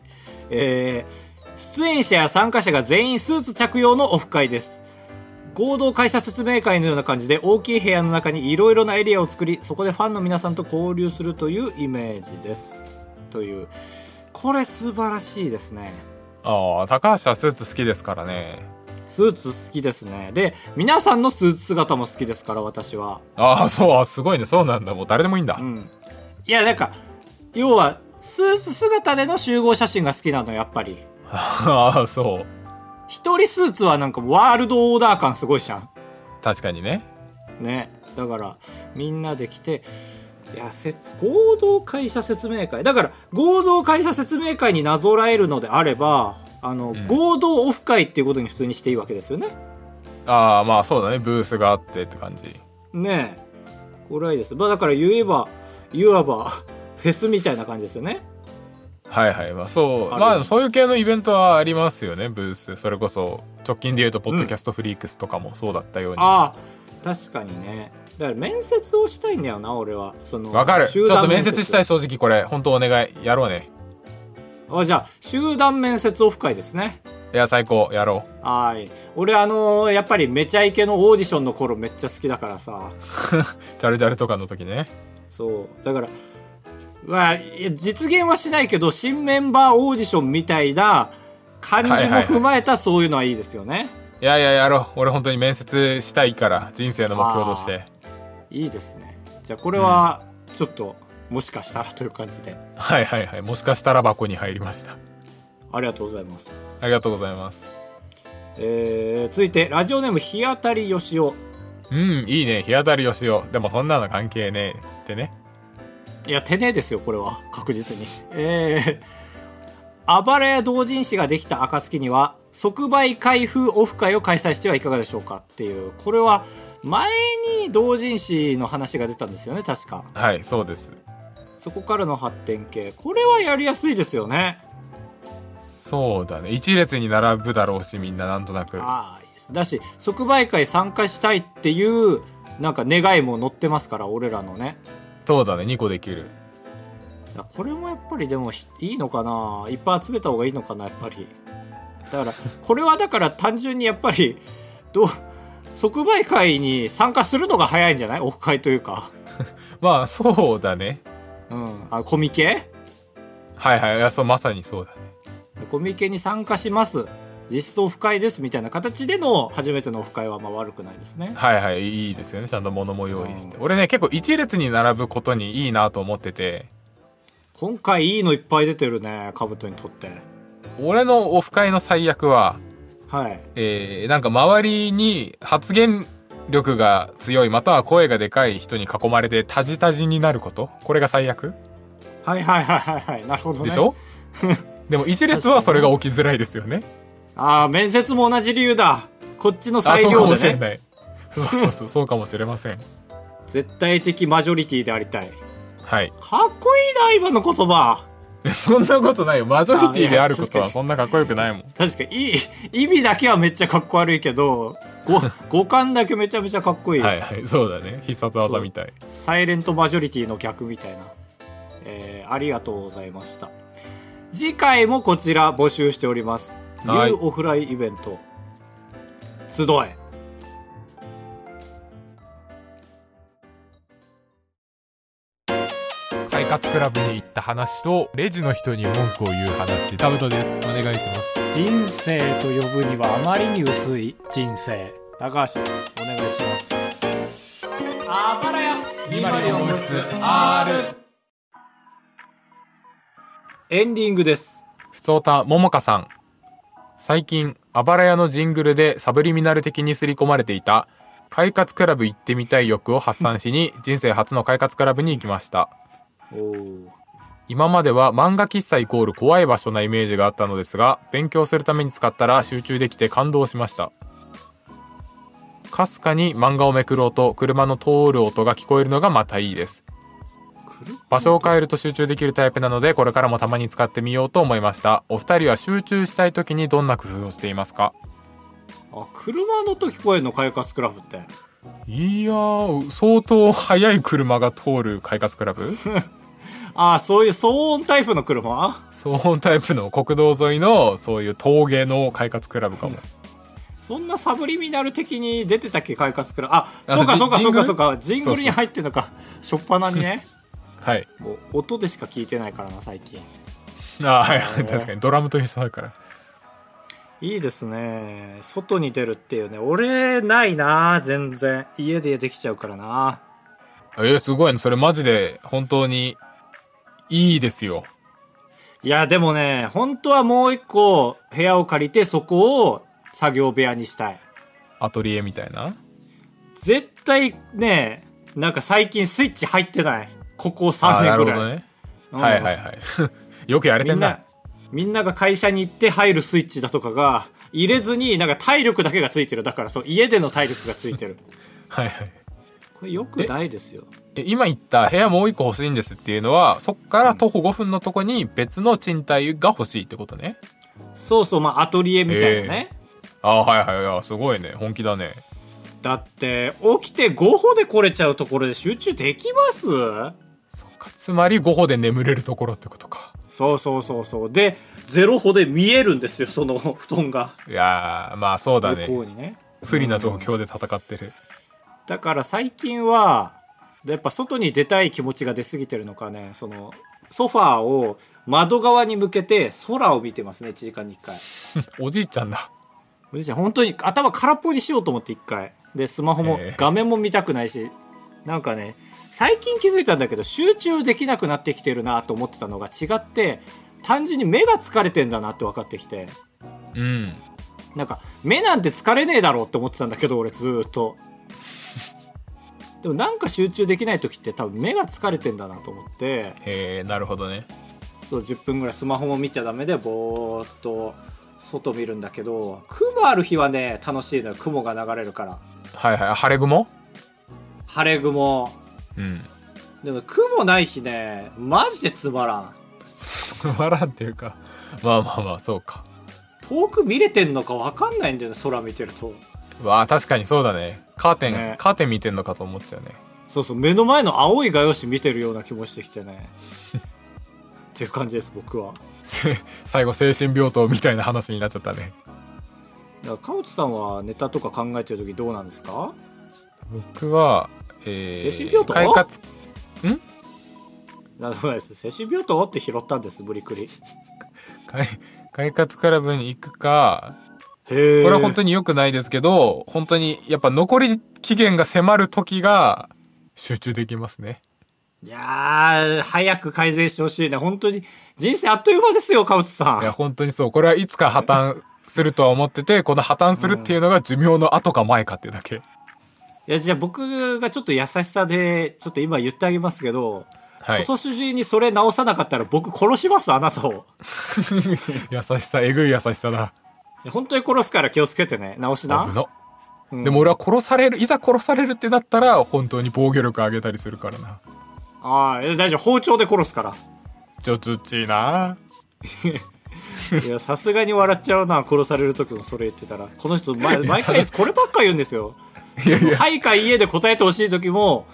[SPEAKER 2] えー出演者や参加者が全員スーツ着用のオフ会です合同会社説明会のような感じで大きい部屋の中にいろいろなエリアを作りそこでファンの皆さんと交流するというイメージですというこれ素晴らしいですね
[SPEAKER 1] ああ高橋はスーツ好きですからね
[SPEAKER 2] スーツ好きですねで皆さんのスーツ姿も好きですから私は
[SPEAKER 1] ああそうあすごいねそうなんだもう誰でもいいんだ、
[SPEAKER 2] うん、いやなんか要はスーツ姿での集合写真が好きなのやっぱり
[SPEAKER 1] ああそう
[SPEAKER 2] 一人スーツはなんかワールドオーダー感すごいじゃん
[SPEAKER 1] 確かにね
[SPEAKER 2] ねだからみんなで来ていやせつ合同会社説明会だから合同会社説明会になぞらえるのであればあの、
[SPEAKER 1] ん
[SPEAKER 2] 合同オフ会っていうことに普通にしていいわけですよね
[SPEAKER 1] ああまあそうだねブースがあってって感じ
[SPEAKER 2] ねえこれはいいですまあだから言えばいわば フェスみたいな感じですよね
[SPEAKER 1] はいはいまあそう
[SPEAKER 2] ある
[SPEAKER 1] まあそういう系のイベントはありますよねブースそれこそ直近で言うとポッドキャストフリークスとかもそうだったように、
[SPEAKER 2] ああ確かにねだから面接をしたいんだよな俺はその
[SPEAKER 1] わかるちょ
[SPEAKER 2] 集
[SPEAKER 1] っ
[SPEAKER 2] 団
[SPEAKER 1] と面接したい
[SPEAKER 2] い
[SPEAKER 1] 正直これ本当お願いやろうね
[SPEAKER 2] あじゃあ集団面接オフ会ですね
[SPEAKER 1] いや最高やろ
[SPEAKER 2] はい俺あのーやっぱりめちゃイケのオーディションの頃めっちゃ好きだからさ
[SPEAKER 1] うジャルジャルとかの時ね
[SPEAKER 2] そうだからまあいや実現はしないけど新メンバーオーディションみたいな感じも踏まえたそういうのはいいですよね、い
[SPEAKER 1] いやいややろう俺本当に面接したいから人生の目標として
[SPEAKER 2] い、ですねじゃあこれはちょっと、もしかしたらという感じで
[SPEAKER 1] はいはいはいもしかしたら箱に入りました
[SPEAKER 2] ありがとうございます
[SPEAKER 1] ありがとうございます
[SPEAKER 2] えー続いてラジオネーム日当たりよしお
[SPEAKER 1] うんいいね日当たりをしようでもそんなの関係ねえってね
[SPEAKER 2] いや手ねですよこれは確実にえー、暴れ同人誌ができた暁には即売開封オフ会を開催してはいかがでしょうかっていうこれは前に同人誌の話が出たんですよね確か
[SPEAKER 1] はいそうです
[SPEAKER 2] そこからの発展系これはやりやすいですよね
[SPEAKER 1] そうだね一列に並ぶだろうしみんななんとなく
[SPEAKER 2] ああいいですだし即売会参加したいっていうなんか願いも載ってますから俺らのね
[SPEAKER 1] そうだね2個できる
[SPEAKER 2] いやこれもやっぱりでもひいいのかないっぱい集めた方がいいのかなやっぱりだ からこれはだから単純にやっぱりどう即売会に参加するのが早いんじゃないオフ会というか、
[SPEAKER 1] まあそうだね
[SPEAKER 2] うん、あコミケ
[SPEAKER 1] はいはいいやそうまさにそうだね
[SPEAKER 2] コミケに参加します実質オフ会ですみたいな形での初めてのオフ会はまあ悪くないですね
[SPEAKER 1] はいはいいいですよねちゃんと物も用意して、
[SPEAKER 2] う
[SPEAKER 1] 俺ね結構一列に並ぶことにいいなと思ってて
[SPEAKER 2] 今回いいのいっぱい出てるねカブトにとって
[SPEAKER 1] 俺のオフ会の最悪は、
[SPEAKER 2] はい
[SPEAKER 1] えーなんか周りに発言力が強いまたは声がでかい人に囲まれてタジタジになることこれが最悪
[SPEAKER 2] はいはいはいはいはいなるほどね
[SPEAKER 1] でしょ、でも一列はそれが起きづらいですよ ね
[SPEAKER 2] ああ面接も同じ理由だこっちの
[SPEAKER 1] あ
[SPEAKER 2] 裁
[SPEAKER 1] そうか
[SPEAKER 2] 量
[SPEAKER 1] もし
[SPEAKER 2] で
[SPEAKER 1] れ
[SPEAKER 2] ね
[SPEAKER 1] ないそうそうそうそうかもしれません
[SPEAKER 2] 絶対的マジョリティでありたい
[SPEAKER 1] はい
[SPEAKER 2] かっこいいな今の言葉
[SPEAKER 1] そんなことないよマジョリティであること
[SPEAKER 2] あいや
[SPEAKER 1] はそんなかっこよくないもん
[SPEAKER 2] 確かにいい意味だけはめっちゃかっこ悪いけどご 五感だけめちゃめちゃかっこいい、
[SPEAKER 1] はいはいそうだね必殺技みたい
[SPEAKER 2] サイレントマジョリティの逆みたいな、えーありがとうございました次回もこちら募集しておりますニ
[SPEAKER 1] はい
[SPEAKER 2] ューオフラインイベント集え
[SPEAKER 1] 快活クラブに行った話とレジの人に文句を言う話タブトですお願いします
[SPEAKER 2] 人生と呼ぶにはあまりに薄い人生高橋ですお願いしますあばらやエンディングです
[SPEAKER 1] ふつおたももかさん最近あばら屋のジングルでサブリミナル的に刷り込まれていた快活クラブ行ってみたい欲を発散しに人生初の快活クラブに行きました
[SPEAKER 2] おお
[SPEAKER 1] 今までは漫画喫茶イコール怖い場所なイメージがあったのですが勉強するために使ったら集中できて感動しましたかすかに漫画をめくる音車の通る音が聞こえるのがまたいいです場所を変えると集中できるタイプなのでこれからもたまに使ってみようと思いましたお二人は集中したい時にどんな工夫をしていますか
[SPEAKER 2] あ車の時声の快活クラブって
[SPEAKER 1] いやー相当速い車が通る快活クラ ブ
[SPEAKER 2] ああそういう騒音タイプの車
[SPEAKER 1] 騒音タイプの国道沿いのそういう峠の快活クラブかも
[SPEAKER 2] そんなサブリミナル的に出てたっけ快活クラブあ
[SPEAKER 1] あ
[SPEAKER 2] そうか
[SPEAKER 1] ジ
[SPEAKER 2] そうかそうか
[SPEAKER 1] ジ
[SPEAKER 2] そ
[SPEAKER 1] ングル
[SPEAKER 2] うかジングルに入ってんのかしょっぱなにね
[SPEAKER 1] はい
[SPEAKER 2] もう音でしか聞いてないからな最近
[SPEAKER 1] あはいはい
[SPEAKER 2] ね
[SPEAKER 1] 確かにドラムと一緒だから
[SPEAKER 2] いいですね外に出るっていうね俺ないな全然家でできちゃうからな
[SPEAKER 1] えー、すごいねそれマジで本当にいいですよ
[SPEAKER 2] いやでもね本当はもう一個部屋を借りてそこを作業部屋にしたい
[SPEAKER 1] アトリエみたいな
[SPEAKER 2] 絶対ねなんか最近スイッチ入ってないここ
[SPEAKER 1] あ
[SPEAKER 2] 3
[SPEAKER 1] ーな
[SPEAKER 2] 年
[SPEAKER 1] る
[SPEAKER 2] ぐ
[SPEAKER 1] ほ
[SPEAKER 2] らい、
[SPEAKER 1] どね
[SPEAKER 2] うん
[SPEAKER 1] はいはいはい よくやれて
[SPEAKER 2] み
[SPEAKER 1] ん
[SPEAKER 2] んな
[SPEAKER 1] な、
[SPEAKER 2] みんなが会社に行って入るスイッチだとかが、入れずに、なんか体力だけがついてる。だからそう、家での体力がついてる。
[SPEAKER 1] はいはい
[SPEAKER 2] これよくないですよ。
[SPEAKER 1] え今言った部屋もう一個欲しいんですっていうのはそっから徒歩5分のとこに別の賃貸が欲しいってことね
[SPEAKER 2] そうそう、まあ、アトリエみたいなね。
[SPEAKER 1] あーはいはいはいあーすごいね本気だね
[SPEAKER 2] だって、起きて5歩で来れちゃうところで集中できます
[SPEAKER 1] そっかつまり5歩で眠れるところってことか
[SPEAKER 2] そうそうそうそう。で、0歩で見えるんですよ、その 布団が。
[SPEAKER 1] いやーまあそうだ
[SPEAKER 2] 向こう
[SPEAKER 1] ね
[SPEAKER 2] にね。
[SPEAKER 1] 不利な状況で戦ってる
[SPEAKER 2] だから最近はやっぱ外に出たい気持ちが出過ぎてるのかねそのソファーを窓側に向けて空を見てますね1時間に1回
[SPEAKER 1] おじいちゃんだ
[SPEAKER 2] おじいちゃん本当に頭空っぽにしようと思って1回でスマホも
[SPEAKER 1] へえ
[SPEAKER 2] 画面も見たくないしなんかね最近気づいたんだけど集中できなくなってきてるなと思ってたのが違って単純に目が疲れてんだなって分かってきて
[SPEAKER 1] うん
[SPEAKER 2] なんか目なんて疲れねえだろうって思ってたんだけど俺ずーっとでもなんか集中できない時って多分目が疲れてんだなと思って
[SPEAKER 1] えー、なるほどね
[SPEAKER 2] そう10分ぐらいスマホも見ちゃダメでぼーっと外見るんだけど雲ある日はね楽しいのよ雲が流れるから
[SPEAKER 1] はいはい晴れ雲
[SPEAKER 2] 晴れ雲
[SPEAKER 1] うん
[SPEAKER 2] でも雲ない日ねマジでつまらん
[SPEAKER 1] つまらんっていうかまあまあまあそうか
[SPEAKER 2] 遠く見れてんのか分かんないんだよね空見てると
[SPEAKER 1] わあ確かにそうだねカーテン、
[SPEAKER 2] ね
[SPEAKER 1] カーテン見てんのかと思っちゃうね
[SPEAKER 2] そうそう目の前の青い画用紙見てるような気もしてき てねっていう感じです僕は
[SPEAKER 1] せ最後精神病棟みたいな話になっちゃったね
[SPEAKER 2] だから川内さんはネタとか考えてる時どうなんですか
[SPEAKER 1] 僕はえー、
[SPEAKER 2] 精神病棟
[SPEAKER 1] 快活
[SPEAKER 2] なんでもないです精神病棟って拾ったんですブリクリ
[SPEAKER 1] 快快活クラブに行くか
[SPEAKER 2] へ
[SPEAKER 1] これは本当
[SPEAKER 2] に
[SPEAKER 1] に良くないですけど、本当にやっぱ残り期限が迫る時が集中できますね
[SPEAKER 2] いやー、早く改善してほしいね。本当に、人生あっという間ですよ、カウツさ
[SPEAKER 1] いや
[SPEAKER 2] ん。
[SPEAKER 1] 本当にそうこれはいつか破綻するとは思っててこの破綻するっていうのが寿命の後か前かっていうだけ
[SPEAKER 2] いや、じゃあ僕がちょっと優しさで、ちょっと今言ってあげますけど、
[SPEAKER 1] はい
[SPEAKER 2] 今年中にそれ直さなかったら僕殺します、あなたを。
[SPEAKER 1] 優しさえぐい優しさだ
[SPEAKER 2] い や本当に殺すから気をつけてね、直しな。
[SPEAKER 1] 危な
[SPEAKER 2] うん
[SPEAKER 1] でも俺は殺されるいざ殺されるってなったら本当に防御力上げたりするからな
[SPEAKER 2] ああ、いや大丈夫、包丁で殺す から。
[SPEAKER 1] ちょつっちいない
[SPEAKER 2] や、さすがに笑っちゃうな、殺される時もそれ言ってたら。この人、ま毎
[SPEAKER 1] た
[SPEAKER 2] 回、
[SPEAKER 1] だ
[SPEAKER 2] こればっか言うんですよ。
[SPEAKER 1] いやいや
[SPEAKER 2] はいか家で答えてほしい時も、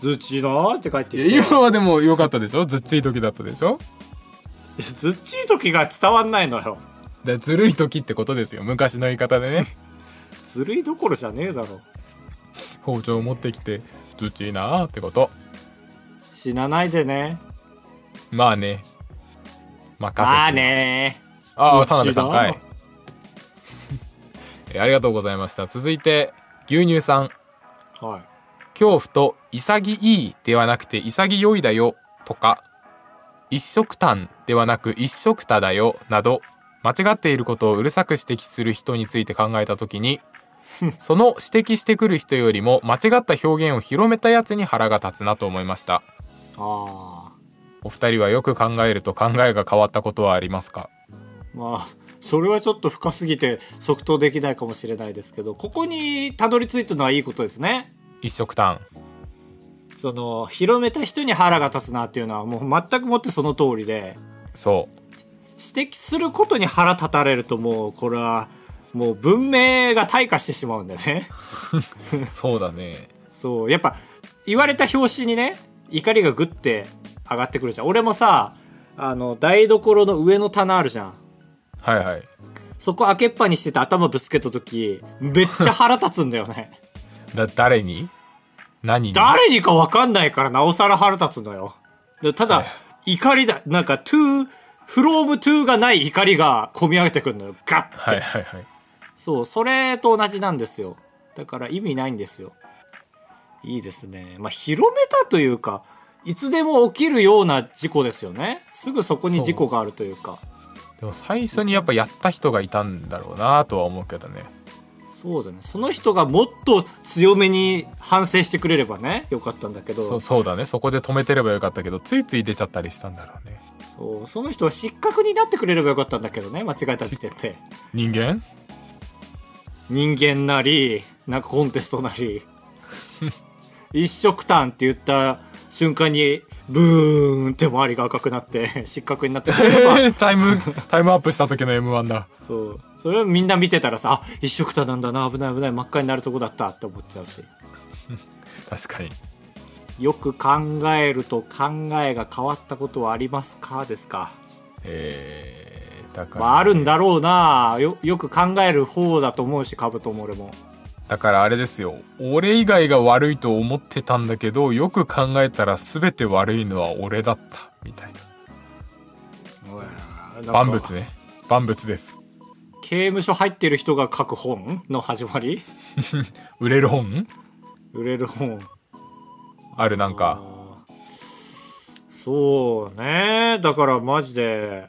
[SPEAKER 2] ずちなーって帰ってき
[SPEAKER 1] い
[SPEAKER 2] て。
[SPEAKER 1] や今はでも良かったでしょずっちい時だったでしょ
[SPEAKER 2] ずっちい時が伝わんないのよ。
[SPEAKER 1] でずるい時ってことですよ昔の言い方で ね
[SPEAKER 2] ずるいどころじゃねえだろ。
[SPEAKER 1] 包丁を持ってきてずっちいなーってこと
[SPEAKER 2] 死なないでね。
[SPEAKER 1] まあね任せて
[SPEAKER 2] まあね
[SPEAKER 1] ああ田
[SPEAKER 2] どっ
[SPEAKER 1] 辺
[SPEAKER 2] ちだ
[SPEAKER 1] さんかい えありがとうございました続いて牛乳さん
[SPEAKER 2] ー。はい。
[SPEAKER 1] 恐怖と潔いではなくて潔いだよとか一色単ではなく一色ただよなど間違っていることをうるさく指摘する人について考えた時 にその指摘してくる人よりも間違った表現を広めたやつに腹が立つなと思いました
[SPEAKER 2] ああ。
[SPEAKER 1] お二人はよく考えると考えが変わったことはありますか
[SPEAKER 2] まあ、それはちょっと深すぎて即答できないかもしれないですけど、ここにたどり着いたのはいいことですね。
[SPEAKER 1] 一色単
[SPEAKER 2] その、広めた人に腹が立つなっていうのはもう全くもってその通りで、
[SPEAKER 1] そう
[SPEAKER 2] 指摘することに腹立たれるともう、これは、もう文明が退化してしまうんだよね。
[SPEAKER 1] そうだね
[SPEAKER 2] そう、やっぱ、言われた表紙にね、怒りがぐって上がってくるじゃん。俺もさ、あの、台所の上の棚あるじゃん。
[SPEAKER 1] はいはい
[SPEAKER 2] そこ開けっぱにしてて頭ぶつけた時、めっちゃ腹立つんだよね。
[SPEAKER 1] だ誰に何に
[SPEAKER 2] 誰にか分かんないからなおさら腹立つのよ。でただ、怒りだ、なんか、to, from to がない怒りが込み上げてくるのよ。ガッて、
[SPEAKER 1] はいはいはい
[SPEAKER 2] そう、それと同じなんですよ。だから意味ないんですよ。いいですね。まあ、広めたというか、いつでも起きるような事故ですよね。すぐそこに事故があるというか。
[SPEAKER 1] でも最初にやっぱやった人がいたんだろうなとは思うけどね
[SPEAKER 2] そうだね。その人がもっと強めに反省してくれればね、よかったんだけど。
[SPEAKER 1] そうそうだねそこで止めてればよかったけどついつい出ちゃったりしたんだろうね
[SPEAKER 2] そうその人は失格になってくれればよかったんだけどね間違えた時点で
[SPEAKER 1] 人 間
[SPEAKER 2] 人間なりなんかコンテスト なり一色単って言った瞬間にブーンって周りが赤くなって 失格になってくれ れば
[SPEAKER 1] タイムタイムアップした時の m 1だ
[SPEAKER 2] そうそれをみんな見てたらさあ一色単なんだな危ない危ない真っ赤になるとこだったって思っちゃうし
[SPEAKER 1] 確かに
[SPEAKER 2] よく考えると考えが変わったことはありますかですか
[SPEAKER 1] えー、だから、
[SPEAKER 2] まああるんだろうなよよく考える方だと思うしカブトも俺も
[SPEAKER 1] だからあれですよ俺以外が悪いと思ってたんだけどよく考えたら全て悪いのは俺だったみたいな
[SPEAKER 2] なんか
[SPEAKER 1] 万物ね万物です
[SPEAKER 2] 刑務所入ってる人が書く本の始まり
[SPEAKER 1] 売れる本
[SPEAKER 2] 売れる本
[SPEAKER 1] あるなんか
[SPEAKER 2] あーそうねだからマジで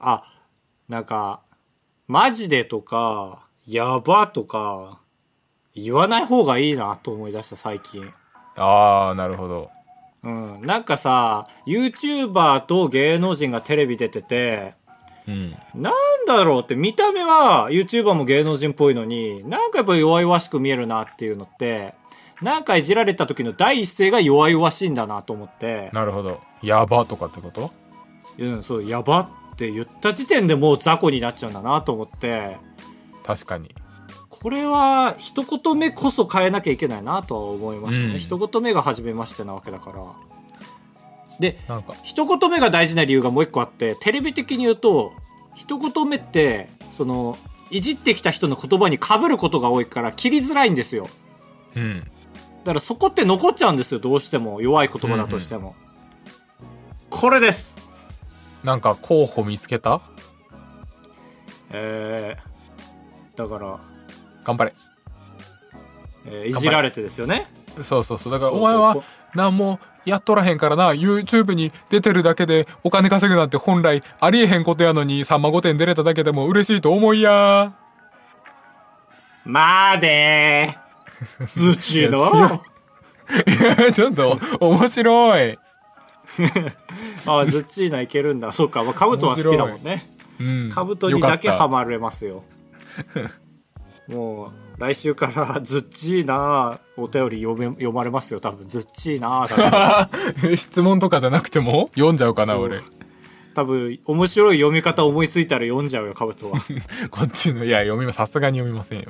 [SPEAKER 2] あなんかマジでとかやばとか言わない方がいいなと思い出した最近
[SPEAKER 1] ああなるほど
[SPEAKER 2] うんなんかさ YouTuber と芸能人がテレビ出てて
[SPEAKER 1] うん
[SPEAKER 2] なんだろうって見た目は YouTuber も芸能人っぽいのになんかやっぱ弱々しく見えるなっていうのってなんかいじられた時の第一声が弱々しいんだなと思って、
[SPEAKER 1] なるほどやばとかってこと
[SPEAKER 2] うん、そうやばって言った時点でもう雑魚になっちゃうんだなと思って
[SPEAKER 1] 確かに
[SPEAKER 2] これは一言目こそ変えなきゃいけないなとは思いましたね、
[SPEAKER 1] うん
[SPEAKER 2] 一言目が初めましてなわけだからで
[SPEAKER 1] なんか
[SPEAKER 2] 一言目が大事な理由がもう一個あってテレビ的に言うと一言目ってそのいじってきた人の言葉にかぶることが多いから切りづらいんですよ
[SPEAKER 1] うん
[SPEAKER 2] だからそこって残っちゃうんですよどうしても弱い言葉だとしても、これです
[SPEAKER 1] なんか候補見つけた
[SPEAKER 2] えー、だから、
[SPEAKER 1] 頑張れ
[SPEAKER 2] えーいじられてですよね
[SPEAKER 1] そうそうそうだからお前は何もやっとらへんからな YouTube に出てるだけでお金稼ぐなんて本来ありえへんことやのに「さんま御殿」出れただけでも嬉しいと思いや
[SPEAKER 2] まあでー。ズッチー
[SPEAKER 1] いや強い
[SPEAKER 2] の。
[SPEAKER 1] ーちょっと面白い
[SPEAKER 2] ああ、ズッチーナいけるんだ。そうか、まあ、カブトは好きだもんね。
[SPEAKER 1] うん
[SPEAKER 2] カブトにだけ
[SPEAKER 1] よか
[SPEAKER 2] ハ
[SPEAKER 1] っ
[SPEAKER 2] マれます よ。もう、来週からズッチーナお便り読め、読まれますよ、多分。ズッチーナ だから
[SPEAKER 1] た質問とかじゃなくても読んじゃうかな
[SPEAKER 2] そう
[SPEAKER 1] 俺
[SPEAKER 2] 多分、面白い読み方思いついたら読んじゃうよ、カブトは。
[SPEAKER 1] こっちのいや読みまさすがに読みませんよ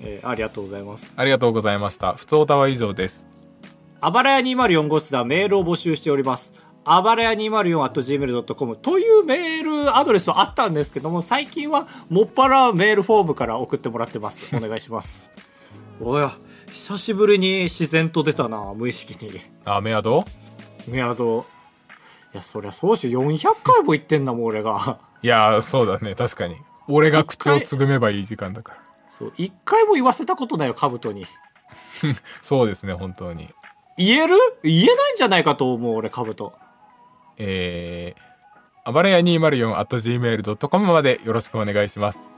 [SPEAKER 2] えーありがとうございます。
[SPEAKER 1] ありがとうございました普通おたは以上です
[SPEAKER 2] あばらや204号室ではメールを募集しております。あばらや 204.gmail.com というメールアドレスはあったんですけども、最近はもっぱらメールフォームから送ってもらってます。お願いします。 おや、久しぶりに自然と出たな、無意識に。
[SPEAKER 1] あメアド
[SPEAKER 2] メアド。いや、そりゃそうしよ、400回も言ってんだもん、俺が。
[SPEAKER 1] いやーそうだね確かに俺が口をつぐめばいい時間だから
[SPEAKER 2] そう、一回も言わせたことないよ、カブトに。
[SPEAKER 1] そうですね本当に
[SPEAKER 2] 言える言えないんじゃないかと思う、俺、カブト。
[SPEAKER 1] えー、あばれや 204.gmail.com までよろしくお願いします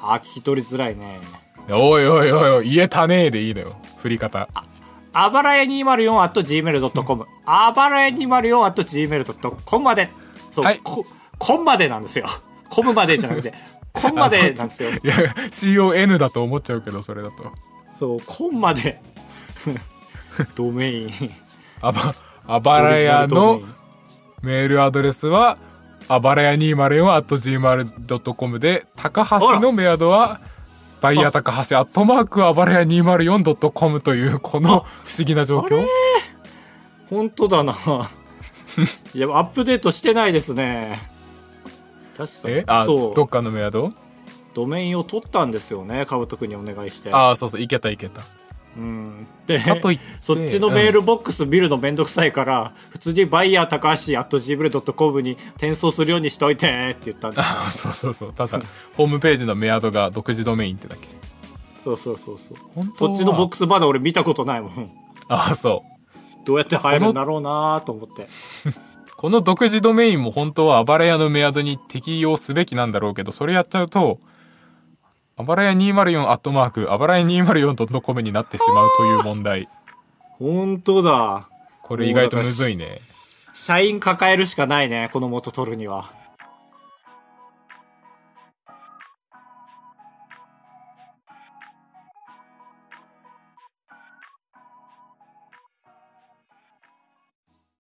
[SPEAKER 2] あー、聞き取りづらいね。
[SPEAKER 1] おいおいおいおい言えたねーでいいのよ振り方
[SPEAKER 2] あばらや 204.gmail.com あばらや 204.gmail.com までそう、
[SPEAKER 1] はい
[SPEAKER 2] ここんまでなんですよこむまでじゃなく てこんまでなんですよ
[SPEAKER 1] いや CON だと思っちゃうけどそれだと
[SPEAKER 2] そうこんまで ドメイン
[SPEAKER 1] あ ばあばらや
[SPEAKER 2] オリ
[SPEAKER 1] の
[SPEAKER 2] ジナルドメイン
[SPEAKER 1] メールアドレスはあばらや 204.gmail.com で高橋のメアドはバイヤー高橋アットマークあばらや 204.com というこの不思議な状況
[SPEAKER 2] 本当だないやアップデートしてないですね確かに
[SPEAKER 1] えあ
[SPEAKER 2] そ
[SPEAKER 1] どっ
[SPEAKER 2] う
[SPEAKER 1] かのメアド
[SPEAKER 2] ドメインを取ったんですよねカブト君にお願いして
[SPEAKER 1] あそうそういけたいけた
[SPEAKER 2] うんで
[SPEAKER 1] かといって
[SPEAKER 2] そっちのメールボックス見るのめんどくさいから、普通にバイヤー高橋 at gmail.com に転送するようにしといてって言ったんだ
[SPEAKER 1] あ そうそうそうただホームページのメアドが独自ドメインってだけ
[SPEAKER 2] そうそうそうそう
[SPEAKER 1] 本当は
[SPEAKER 2] そっちのボックスまだ俺見たことないもん
[SPEAKER 1] あそう
[SPEAKER 2] どうやって入るんだろうなと思って
[SPEAKER 1] この独自ドメインも本当はあばら屋のメアドに適用すべきなんだろうけどそれやっちゃうとあばら屋204アットマークあばら屋 204.com になってしまうという問題
[SPEAKER 2] 本当だ
[SPEAKER 1] これ意外とむずいね
[SPEAKER 2] 社員抱えるしかないねこの元取るには